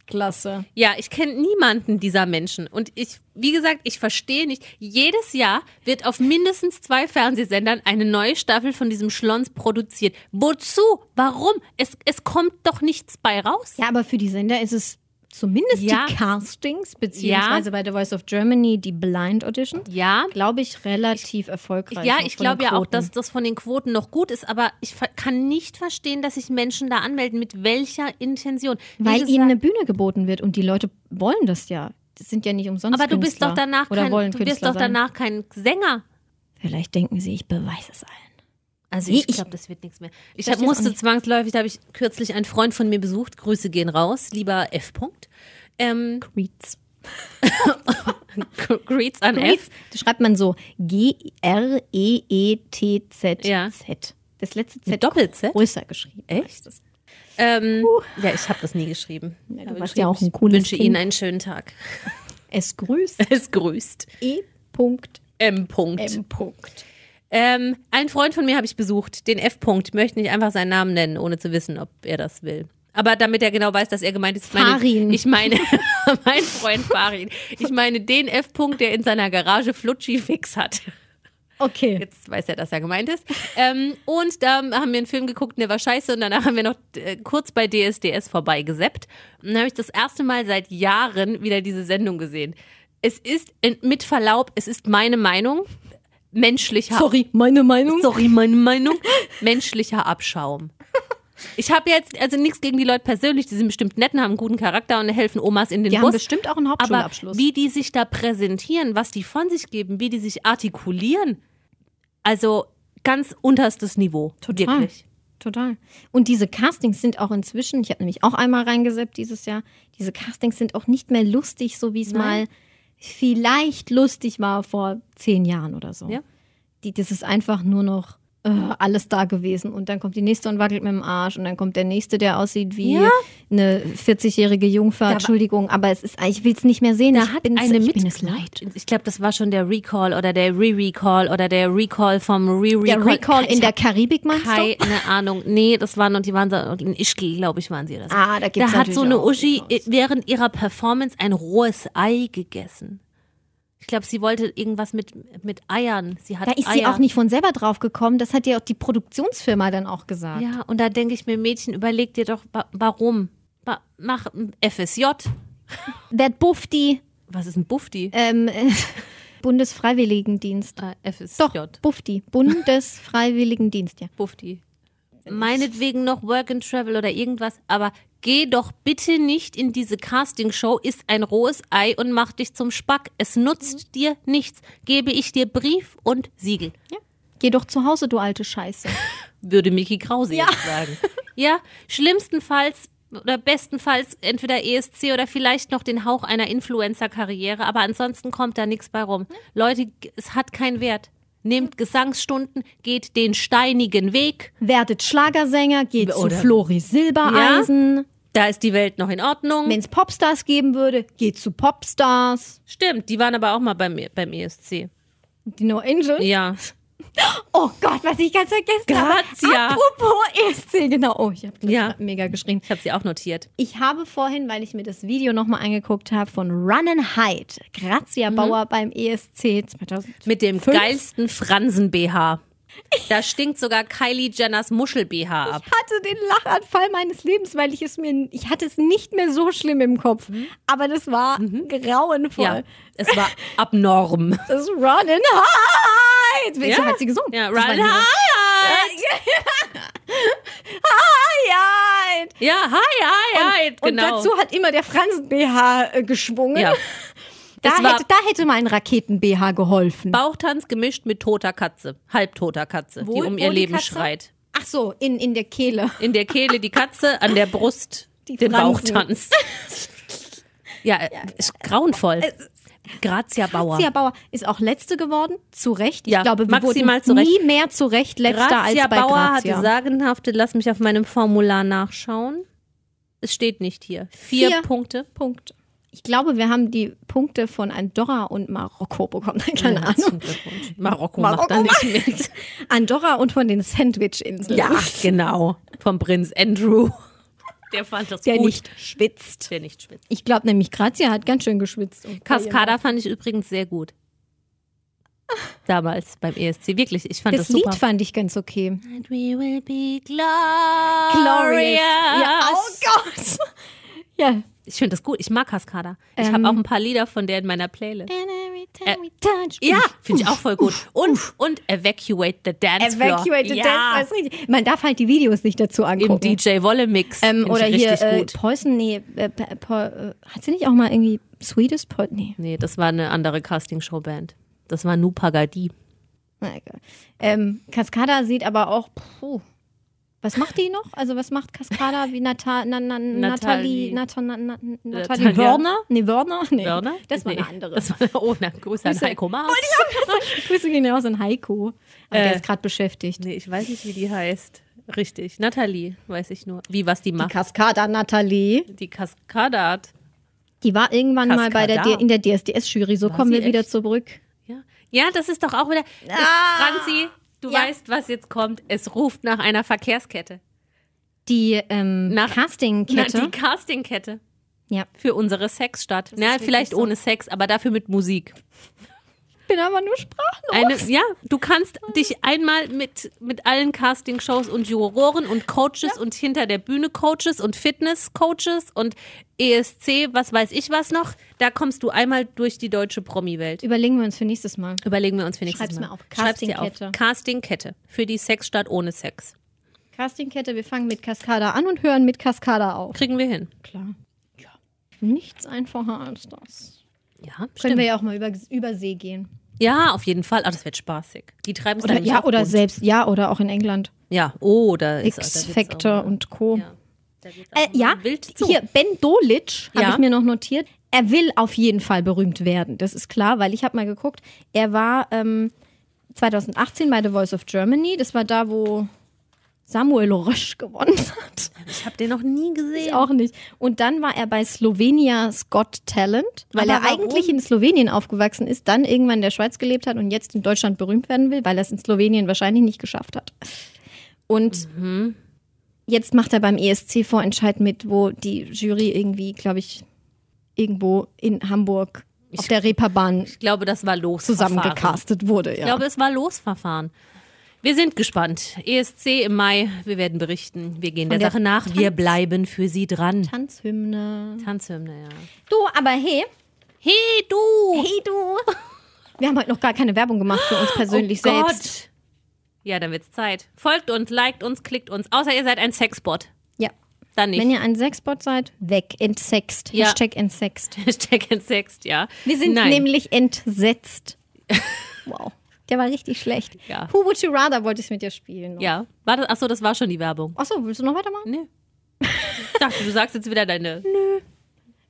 Klasse. Ja, ich kenne niemanden dieser Menschen. Und ich, wie gesagt, ich verstehe nicht. Jedes Jahr wird auf mindestens zwei Fernsehsendern eine neue Staffel von diesem Schlons produziert. Wozu? Warum? Es, es kommt doch nichts bei raus. Ja, aber für die Sender ist es zumindest Ja. die Castings, beziehungsweise bei The Voice of Germany die Blind Audition, Ja. glaube ich, relativ erfolgreich. Ja, noch ich von den glaube ja auch, Quoten. dass das von den Quoten noch gut ist, aber ich ver- kann nicht verstehen, dass sich Menschen da anmelden. Mit welcher Intention? Wie Weil gesagt- ihnen eine Bühne geboten wird und die Leute wollen das ja. Das sind ja nicht umsonst aber du Künstler bist doch danach oder kein, wollen du bist Künstler doch danach kein Sänger. Sein. Vielleicht denken sie, ich beweise es allen. Also Nee, ich ich- glaube, das wird nichts mehr. Ich hab, versteh's auch musste nicht. zwangsläufig, da habe ich kürzlich einen Freund von mir besucht. Grüße gehen raus, lieber F. -Punkt. Ähm, Greets. gr- Greets an Greets. F. Das schreibt man so G-R-E-E-T-Z-Z. Ja. Das letzte Z Mit Doppel-Z? größer geschrieben. Echt? Ähm, Ja, ich habe das nie geschrieben. du Ich warst habe geschrieben, ja auch ein ich cooles wünsche Kind. Ihnen einen schönen Tag. [LAUGHS] Es grüßt E. Es grüßt E.M. M. -Punkt. Ähm, ein Freund von mir habe ich besucht, den F. -Punkt. Möchte nicht einfach seinen Namen nennen, ohne zu wissen, ob er das will. Aber damit er genau weiß, dass er gemeint ist, meine, Farin. ich meine, [LAUGHS] mein Freund Farin. Ich meine den F. -Punkt, der in seiner Garage Flutschi-Fix hat. Okay. Jetzt weiß er, dass er gemeint ist. Ähm, und da haben wir einen Film geguckt, und der war scheiße. Und danach haben wir noch äh, kurz bei DSDS vorbeigeseppt. Und dann habe ich das erste Mal seit Jahren wieder diese Sendung gesehen. Es ist, in- mit Verlaub, es ist meine Meinung, menschlicher Sorry, meine Meinung. Sorry, meine Meinung. Menschlicher Abschaum. Ich habe jetzt also nichts gegen die Leute persönlich, die sind bestimmt nett und haben einen guten Charakter und helfen Omas in den Die Bus. haben bestimmt auch einen aber Hauptschulabschluss. wie die sich da präsentieren, was die von sich geben, wie die sich artikulieren, also ganz unterstes Niveau. Total. Wirklich. Ah, Total. Und diese Castings sind auch inzwischen, ich habe nämlich auch einmal reingeseppt dieses Jahr, diese Castings sind auch nicht mehr lustig, so wie es mal Nein. vielleicht lustig war vor zehn Jahren oder so. Ja. Die, das ist einfach nur noch äh, alles da gewesen. Und dann kommt die nächste und wackelt mit dem Arsch und dann kommt der nächste, der aussieht wie Ja. eine 40-jährige Jungfer. war- Entschuldigung, aber es ist, ich will es nicht mehr sehen. Da ich hat bin's- eine ich mit. bin es leid. Ich glaube, das war schon der Recall oder der Re-Recall oder der Recall vom Re-Recall. Der Recall in Ich der hab Karibik meinst du? Keine Ahnung. Nee, das waren und die waren so, in Ischgl, glaube ich, waren sie oder so. Ah, da gibt's Da hat natürlich so eine auch Uschi Recalls. während ihrer Performance ein rohes Ei gegessen. Ich glaube, sie wollte irgendwas mit, mit Eiern. Sie hat Da ist Eier. sie auch nicht von selber drauf gekommen. Das hat ja auch die Produktionsfirma dann auch gesagt. Ja, und da denke ich mir, Mädchen, überleg dir doch, wa- warum? Wa- Mach ein FSJ. Werd buff die Was ist ein Bufti? ähm, [LAUGHS] äh, Bundesfreiwilligendienst. Äh, FSJ. Doch, buff die. Bundesfreiwilligendienst, ja. Bufti. Äh, Meinetwegen noch Work and Travel oder irgendwas, aber geh doch bitte nicht in diese Castingshow, iss ein rohes Ei und mach dich zum Spack. Es nutzt dir nichts. Gebe ich dir Brief und Siegel. Geh doch zu Hause, du alte Scheiße. Würde Mickey Krause jetzt sagen. Ja, schlimmstenfalls oder bestenfalls entweder ESC oder vielleicht noch den Hauch einer Influencer-Karriere, aber ansonsten kommt da nichts bei rum. Leute, es hat keinen Wert. Nehmt Gesangsstunden, geht den steinigen Weg. Werdet Schlagersänger, geht Oder- zu Flori Silbereisen. Da ist die Welt noch in Ordnung. Wenn es Popstars geben würde, geht zu Popstars. Stimmt, die waren aber auch mal beim, beim ESC. Die No Angels. Ja. Oh Gott, was ich ganz vergessen Grazia. habe. Apropos ESC, genau. Oh, ich habe Ja. mega geschrien. Ich habe sie auch notiert. Ich habe vorhin, weil ich mir das Video nochmal angeguckt habe, von Run and Hide, Grazia Mhm. Bauer beim E ESC 2000. Mit dem Fünf. geilsten Fransen-BH. Da stinkt sogar Kylie Jenners Muschel-BH ab. hatte den Lachanfall meines Lebens, weil ich es mir, ich hatte es nicht mehr so schlimm im Kopf, aber das war grauenvoll. Mhm. Ja, es war abnorm. Das Run and Hide. So Ja. hat sie gesungen. Ja, Das war Run diese- High Hide. [LAUGHS] Ja, High High Und genau. dazu hat immer der Fransen BH äh, geschwungen. [LAUGHS] ja. da, es war- hätte, da hätte mal ein Raketen BH geholfen. Bauchtanz gemischt mit toter Katze. Halbtoter Katze, Wo- die um wo ihr die Leben Katze? schreit. Ach so, in, in der Kehle. In der Kehle die Katze, an der Brust Die [LAUGHS] den Fransen. Bauchtanz. Ja, äh, ist grauenvoll. Grazia Bauer. Sia Bauer ist auch Letzte geworden, zu Recht. Ich Ja, glaube, wir maximal wurden zu Recht. nie mehr zu Recht Letzter Grazia als bei Bauer Grazia. hatte sagenhafte, lass mich auf meinem Formular nachschauen. Es steht nicht hier. Vier, Vier. Punkte. Punkt. Ich glaube, wir haben die Punkte von Andorra und Marokko bekommen. Keine Ahnung. Herzlichen Glückwunsch. Marokko, Marokko macht da nicht mit. [LAUGHS] Andorra und von den Sandwich-Inseln. Ja, genau. Vom Prinz Andrew. Der fand das Der gut. nicht schwitzt. Der nicht schwitzt. Ich glaube nämlich, Grazia hat ganz schön geschwitzt. Cascada fand ich übrigens sehr gut. Damals beim ESC. Wirklich, ich fand das, Das Lied super. fand ich ganz okay. And we will be Glorious. glorious. Ja, oh Gott. [LAUGHS] Ja. Ich finde das gut. Ich mag Cascada. Ich Ähm. habe auch ein paar Lieder von der in meiner Playlist. Äh, And every time we touch. Ja, finde ich auch voll gut. Und, und Evacuate the Dance Floor. Evacuate the ja. Dance Floor ist richtig. Man darf halt die Videos nicht dazu Im angucken. DJ Wolle Mix. ähm, oder ich hier richtig äh, gut. Poison, nee, äh, Pa- Pa- äh, hat sie nicht auch mal irgendwie Swedish Pol Nee, Nee, das war eine andere Castingshow-Band. Das war Nupagadi. na egal. Ähm, Cascada sieht aber auch, puh, was macht die noch? Also was macht Cascada wie Nata, na, na, Nathalie, Nathalie. Nathalie, na, na, Nathalie Natalia. Wörner? Nee, Wörner? Nee, Werner? das war Nee, eine andere. [LAUGHS] Das war, oh, na, Grüße an Grüße. Heiko Maas. Grüße gehen raus an Heiko. Aber der Äh, ist gerade beschäftigt. Nee, ich weiß nicht, wie die heißt. Richtig. Nathalie, weiß ich nur. Wie, was die Die macht. Cascada Nathalie. Die Kaskadat. Die war irgendwann mal bei der Cascada. D- in der DSDS-Jury. So War kommen sie wir wieder echt? zurück. Ja. ja, das ist doch auch wieder. Das, Franzi, du Ah! Ja. weißt, was jetzt kommt. Es ruft nach einer Verkehrskette. Die ähm, Nach- Na, Casting-Kette. die Castingkette. Ja. Für unsere Sexstadt. Na, wirklich vielleicht so. ohne Sex, aber dafür mit Musik. Ich bin aber nur sprachlos. Eine, ja, du kannst dich einmal mit, mit allen Castingshows und Juroren und Coaches und hinter der Bühne Coaches und Fitness-Coaches und ESC, was weiß ich was noch, da kommst du einmal durch die deutsche Promi-Welt. Überlegen wir uns für nächstes Mal. Überlegen wir uns für nächstes Schreib's Mal. mir auf. Schreib's dir auf. Castingkette. Castingkette. Für die Sexstadt ohne Sex. Castingkette, wir fangen mit Cascada an und hören mit Cascada auf. Kriegen wir hin. Klar. Nichts einfacher als das. Ja, Können wir stimmt. ja auch mal über, über See gehen. Ja, auf jeden Fall. Ah, das wird spaßig. Die treiben es Oder nämlich ja, auch oder bunt. selbst ja, oder auch in England. Ja, oh, da ist da wird's auch- X-Factor und Co. Ja, da geht's auch Äh, ja, mal wild zu. hier, Ben Dolitsch habe Ja. ich mir noch notiert. Er will auf jeden Fall berühmt werden, das ist klar, weil ich habe mal geguckt, er war ähm, 2018 bei The Voice of Germany, das war da, wo Samuel Rösch gewonnen hat. Ich habe den noch nie gesehen. Ich auch nicht. Und dann war er bei Slovenia's Got Talent, weil Aber er warum? eigentlich in Slowenien aufgewachsen ist, dann irgendwann in der Schweiz gelebt hat und jetzt in Deutschland berühmt werden will, weil er es in Slowenien wahrscheinlich nicht geschafft hat. Und Mhm. jetzt macht er beim E ESC-Vorentscheid mit, wo die Jury irgendwie, glaube ich, irgendwo in Hamburg auf der Reeperbahn Ich glaube, das war los. zusammengecastet wurde. Ich Ja. glaube, es war Losverfahren. Wir sind gespannt. ESC im Mai. Wir werden berichten. Wir gehen der, der Sache nach. Tanz- Wir bleiben für Sie dran. Tanzhymne. Tanzhymne, ja. Du, aber hey, Hey, du! hey du. Wir haben heute noch gar keine Werbung gemacht für uns persönlich oh Gott. selbst. Ja, dann wird's Zeit. Folgt uns, liked uns, klickt uns. Außer ihr seid ein Sexbot. Ja. Dann Wenn [LAUGHS] nicht. ihr ein Sexbot seid, weg, entsext. Ja. Hashtag entsext. Hashtag entsext, ja. Wir sind Nein. nämlich [LAUGHS] entsetzt. wow. Der war richtig schlecht. Ja. Who would you rather wollte ich mit dir spielen? Ja. War das, achso, das war schon die Werbung. Achso, willst du noch weitermachen? Nee. Ich dachte, du sagst jetzt [LAUGHS] wieder deine.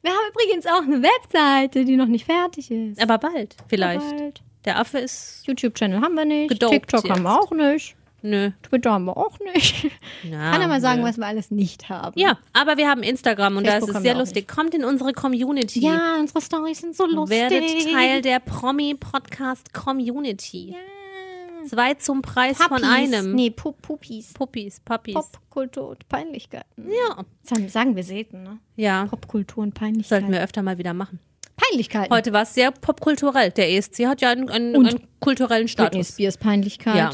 Wir haben übrigens auch eine Webseite, die noch nicht fertig ist. Aber bald, vielleicht. Bald. Der Affe ist. YouTube-Channel haben wir nicht. Gedopt TikTok haben wir jetzt. auch nicht. Nö. Twitter haben wir auch nicht. Na, Kann ja mal sagen, nö. was wir alles nicht haben. ne. Ja, aber wir haben Instagram und Mhm. Facebook da ist haben es sehr wir auch lustig. Kommt in unsere Community. Ja, unsere Storys sind so lustig. Werdet Teil der Promi-Podcast-Community. Zwei zum Preis Puppies. von einem. Nee, Pu Puppies. Puppies, Puppies. Popkultur und Peinlichkeiten. Ja. Das sagen wir selten, ne? Ja, Popkultur und sollten Peinlichkeiten. wir öfter mal wieder machen. Peinlichkeiten. Heute war es sehr popkulturell. Der ESC hat ja einen, einen, Und einen kulturellen Britney Status. Spears Peinlichkeit. Ja.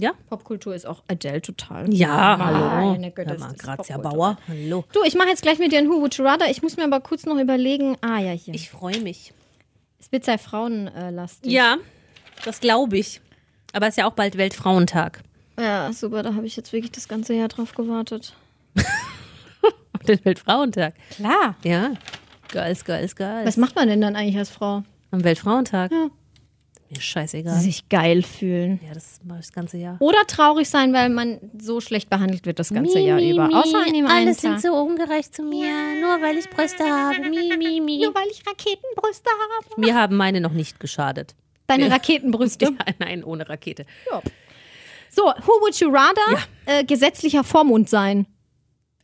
Ja? Popkultur ist auch Adele total. Ja, hallo. Meine Güte, Hör ist mal, das Grazia popkulturell. Bauer. Hallo. Du, ich mache jetzt gleich mit dir ein Who Would You Rather. Ich muss mir aber kurz noch überlegen. Ah ja, hier. Ich freue mich. es wird sehr frauenlastig. Ja, das glaube ich. Aber es ist ja auch bald Weltfrauentag. ja, super. Da habe ich jetzt wirklich das ganze Jahr drauf gewartet. Auf den Weltfrauentag. Klar. Ja. Girls, girls, girls. Was macht man denn dann eigentlich als Frau? Am Weltfrauentag? Ja. Mir ist scheißegal. Sich geil fühlen. Ja, das mache ich das ganze Jahr. Oder traurig sein, weil man so schlecht behandelt wird das ganze Jahr über. Außer an dem einen Tag. so ungerecht zu mir. Nur Nur weil ich Brüste habe. Mi, mi, mi. Nur weil ich Raketenbrüste habe. Mir haben meine noch nicht geschadet. Deine Raketenbrüste. Ja, [LAUGHS] nein, ohne Rakete. So, who would you rather äh, gesetzlicher Vormund sein?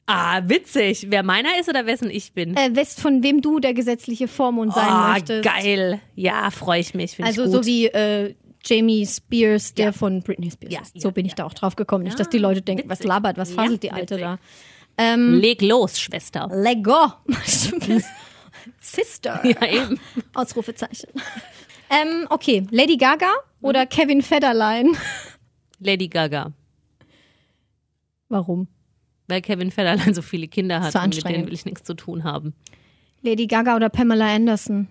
Ah, witzig. Wer meiner ist oder wessen ich bin. Äh, west von wem du der gesetzliche Vormund sein Ah, möchtest. geil. Ja, freue ich mich. Find Also ich so gut. wie äh, Jamie Spears, der Ja. von Britney Spears Ja, ist. So ja, bin ich da auch drauf gekommen. Nicht, dass Ah, die Leute denken, was witzig. labert, was Ja, faselt die Alte witzig. da. Ähm, Leg [LAUGHS] los, Schwester. Lego. Sister. [LAUGHS] Ja, eben. Ausrufezeichen. ähm, okay, Lady Gaga Mhm. oder Kevin Federline? Lady Gaga. Warum? Weil Kevin Federline so viele Kinder hat Zu und mit denen anstrengend. will ich nichts zu tun haben. Lady Gaga oder Pamela Anderson?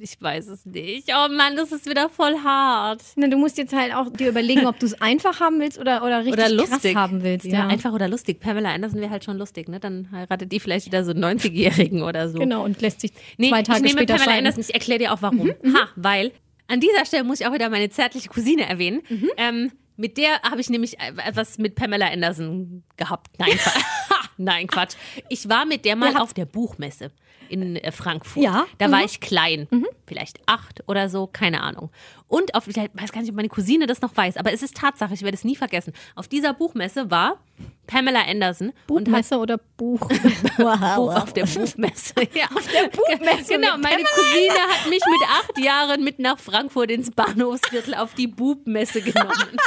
Ich weiß es nicht. Oh Mann, das ist wieder voll hart. Na, du musst jetzt halt auch dir überlegen, ob du es einfach haben willst oder, oder richtig Oder krass lustig. haben willst. Ja, Ja, einfach oder lustig. Pamela Anderson wäre halt schon lustig, ne? Dann heiratet die vielleicht wieder so einen 90-Jährigen oder so. Genau, und lässt sich Nee, zwei Tage ich nehme später Mhm, Pamela scheiden. Anderson. Ich erkläre dir auch warum. Ha, weil an dieser Stelle muss ich auch wieder meine zärtliche Cousine erwähnen. Mhm. Ähm, mit der habe ich nämlich äh, was mit Pamela Anderson gehabt. Nein, [LAUGHS] Quatsch. Ha, Nein, Quatsch. Ich war mit der mal auf der Buchmesse in äh, Frankfurt. Ja, mhm. Da war ich klein, vielleicht acht oder so, keine Ahnung. Und auf, ich weiß gar nicht, ob meine Cousine das noch weiß, aber es ist Tatsache, ich werde es nie vergessen. Auf dieser Buchmesse war Pamela Anderson und hat Buchmesser oder [LAUGHS] Buch? Buch auf der [LAUGHS] Buchmesse. Ja. Auf der Buchmesse. Genau, meine Cousine hat mich mit acht Jahren mit nach Frankfurt ins Bahnhofsviertel auf die Buchmesse genommen.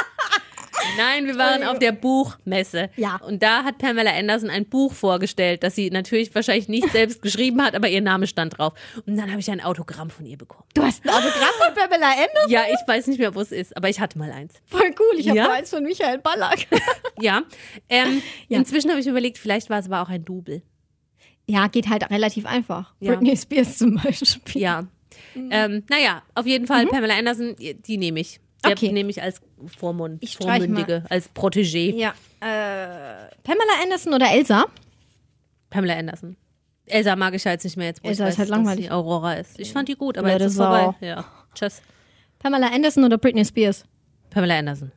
Nein, wir waren auf der Buchmesse. Ja. Und da hat Pamela Anderson ein Buch vorgestellt, das sie natürlich wahrscheinlich nicht selbst geschrieben hat, aber ihr Name stand drauf. Und dann habe ich ein Autogramm von ihr bekommen. Du hast ein Autogramm von Pamela Anderson? Ja, ich weiß nicht mehr, wo es ist, aber ich hatte mal eins. Voll cool, ich habe Ja? da eins von Michael [LAUGHS] Ballack. Ja. Ähm, Ja. Inzwischen habe ich überlegt, vielleicht war es aber auch ein Double. ja, geht halt relativ einfach. Ja. Britney Spears zum Beispiel. Ja. Mhm. Ähm, naja, auf jeden Fall Pamela Anderson, die nehme ich. Der Okay. nehme ich als Vormund, Ich streich Vormündige, als Protégé. Ja. Äh, Pamela Anderson oder Elsa? Pamela Anderson. Elsa mag ich ja jetzt nicht mehr jetzt. wo Elsa ich ist halt langweilig. Dass sie Aurora ist. Ich fand die gut, aber Blöde jetzt ist Sau. vorbei. Ja. Tschüss. Pamela Anderson oder Britney Spears? Pamela Anderson.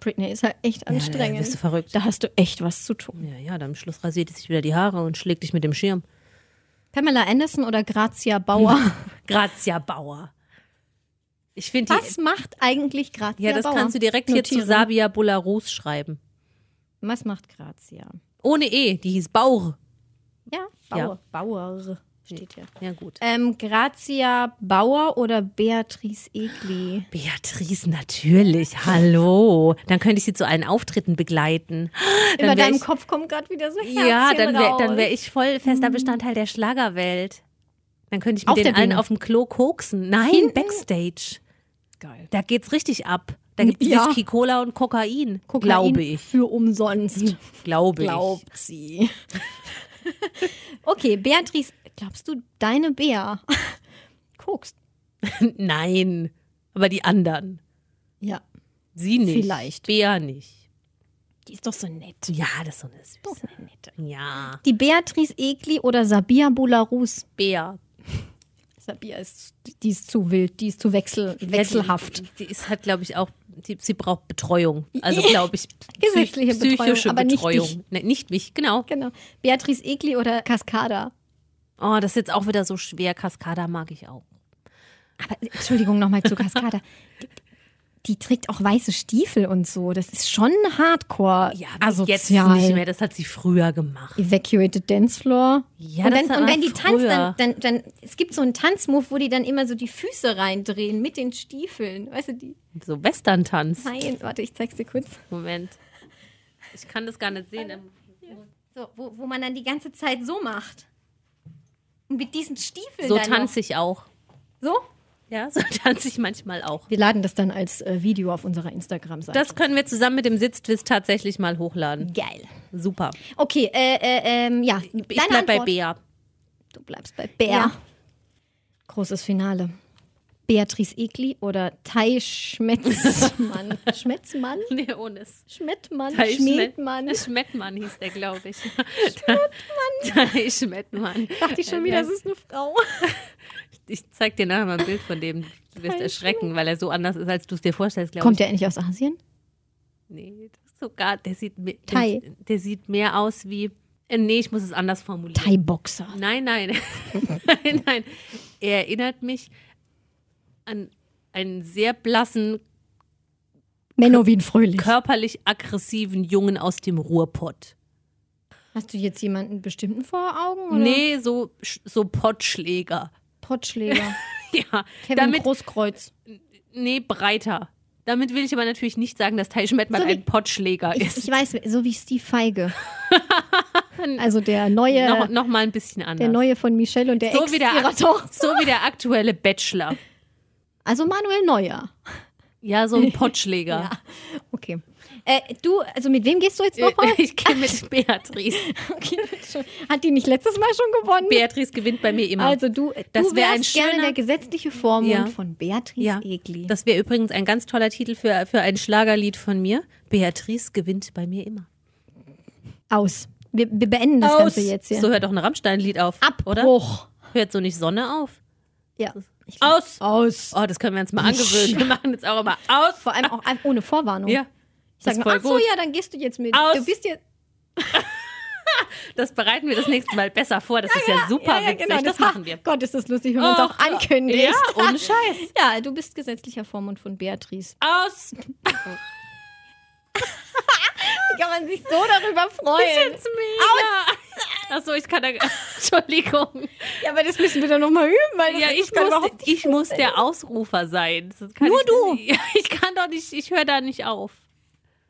Britney ist halt echt Ja, bist du anstrengend. verrückt. da hast du echt was zu tun. Ja, ja, dann am Schluss rasiert sie sich wieder die Haare und schlägt dich mit dem Schirm. Pamela Anderson oder Grazia Bauer? Grazia Bauer. Ich finde die. Was macht eigentlich Grazia Ja, das Bauer? kannst du direkt hier zu Notieren. Sabia Bularus schreiben. Was macht Grazia? Ohne E, die hieß Bauer. Ja, Bauer. Ja. Bauer steht hier. Ja, gut. Ähm, Grazia Bauer oder Beatrice [LAUGHS] Egli? Beatrice, natürlich. Hallo. Dann könnte ich sie zu allen Auftritten begleiten. Dann Über wär deinem ich, Kopf kommt gerade wieder so Herzchen Ja, dann wäre raus. Mhm. dann wär ich voll fester Bestandteil der Schlagerwelt. Dann könnte ich mit Auf der den allen Bühne. auf dem Klo koksen. Nein, Backstage. Geil. Da geht's richtig ab. Da gibt's Ja. Whisky, Cola und Kokain. Kokain Glaube ich. Für umsonst. Glaube ich. Glaubt sie. [LAUGHS] okay, Beatrice, glaubst du, deine Bea [LAUGHS] guckst? [LAUGHS] Nein. Aber die anderen. Ja. Sie nicht. Vielleicht. Bea nicht. Die ist doch so nett. Ja, das ist so eine Süße. Ja. Die Beatrice Egli oder Sabia Bularus? Bea. Sabia ist, die ist zu wild, die ist zu wechsel, wechselhaft. Ja, die, die ist halt, glaube ich, auch, die, sie braucht Betreuung. Also, glaube ich, Gesetzliche psych- psychische Betreuung, aber nicht Betreuung. dich. Ne, nicht mich, genau. Genau. Beatrice Egli oder Cascada? Oh, das ist jetzt auch wieder so schwer. Cascada mag ich auch. Aber Entschuldigung nochmal zu [LAUGHS] Cascada. Die trägt auch weiße Stiefel und so. Das ist schon hardcore. Ja, aber also jetzt nicht mehr. Das hat sie früher gemacht. Evacuated Dancefloor. Ja, und das wenn, war und wenn die früher. tanzt, dann, dann, dann, es gibt so einen Tanzmove, wo die dann immer so die Füße reindrehen mit den Stiefeln. Weißt du, die, So Western-Tanz. nein, warte, ich zeig's dir kurz. Moment. Ich kann das gar nicht sehen. So, wo, wo man dann die ganze Zeit so macht. Und mit diesen Stiefeln So dann tanze ich auch. noch. So? Ja, so [LAUGHS] tanze ich manchmal auch. Wir laden das dann als äh, Video auf unserer Instagram-Seite. Das können wir zusammen mit dem Sitztwist tatsächlich mal hochladen. Geil. Super. Okay, äh, äh, ähm, ja, deine Ich bleib bei Antwort. Bea. Du bleibst bei Bär. Großes Finale. Beatrice Egli oder Tai [LAUGHS] Schmetzmann. Schmetzmann? Nee, ohne es. Schmettmann? Tai [LAUGHS] Schmiedmann? Schmet- Schmettmann hieß der, glaube ich. [LAUGHS] Schmettmann. Tai Schmettmann. Dachte ich schon wieder, das ist eine Frau. Ich zeig dir nachher mal ein Bild von dem. Du wirst erschrecken, weil er so anders ist, als du es dir vorstellst, glaube ich. Kommt der endlich aus Asien? Nee, das sogar, der sieht, mi- Thai. der sieht mehr aus wie. äh, Nee, ich muss es anders formulieren. Thai-Boxer. [LAUGHS] Nein, nein. nein, nein. Er erinnert mich an einen sehr blassen, Menowin Fröhlich. körperlich aggressiven Jungen aus dem Ruhrpott. Hast du jetzt jemanden bestimmten vor Augen? Oder? Nee, so, sch- so Pottschläger. [LAUGHS] Potschläger. Ja, Kevin damit, Großkreuz. nee, breiter. Damit will ich aber natürlich nicht sagen, dass Tai Schmettmann So wie- ein Pottschläger Ich, ist. ich weiß, so wie Steve [LAUGHS] Feige. also der neue, noch, noch mal ein bisschen der anders. neue von Michelle und der so, Ex wie der, ihrer akt- Tochter. so wie der aktuelle Bachelor. Also Manuel Neuer. [LAUGHS] Ja, so ein Pottschläger. Okay. Äh, du, also mit wem gehst du jetzt Äh, nochmal? [LAUGHS] Ich gehe mit Beatrice. Okay, schon. Hat die nicht letztes Mal schon gewonnen? Beatrice gewinnt bei mir immer. also du, Das du wär ein wärst gerne schöner- der gesetzliche Vormund Ja. von Beatrice Ja. Egli. Das wäre übrigens ein ganz toller Titel für, für ein Schlagerlied von mir. Beatrice gewinnt bei mir immer. Aus. Wir, wir beenden das Ganze jetzt hier. So hört doch ein Rammstein-Lied auf, oder? Abbruch. Hört so nicht Sonne auf. Ja. Aus! Aus. Oh, das können wir uns mal angewöhnen. Wir machen jetzt auch immer aus. Vor allem auch ohne Vorwarnung. Ja, ich sag ist nur, voll ach so, gut. ja, dann gehst du jetzt mit. Aus. Du bist jetzt das bereiten wir das nächste Mal besser vor. Das ist ja ja, super ja, witzig. genau, das machen wir. Gott, ist das lustig, wenn man es Och, auch ankündigt. Ja, ohne Scheiß. [LAUGHS] Ja, du bist gesetzlicher Vormund von Beatrice. Aus! Wie kann man sich so [LAUGHS] darüber freuen? Aus! Achso, ich kann da. [LAUGHS] Entschuldigung. Ja, aber das müssen wir dann nochmal üben, weil das Ja, ich kann man muss, überhaupt nicht ich muss vorstellen. der Ausrufer sein. Das kann Nur ich, du. Ja, [LAUGHS] ich kann doch nicht, ich höre da nicht auf.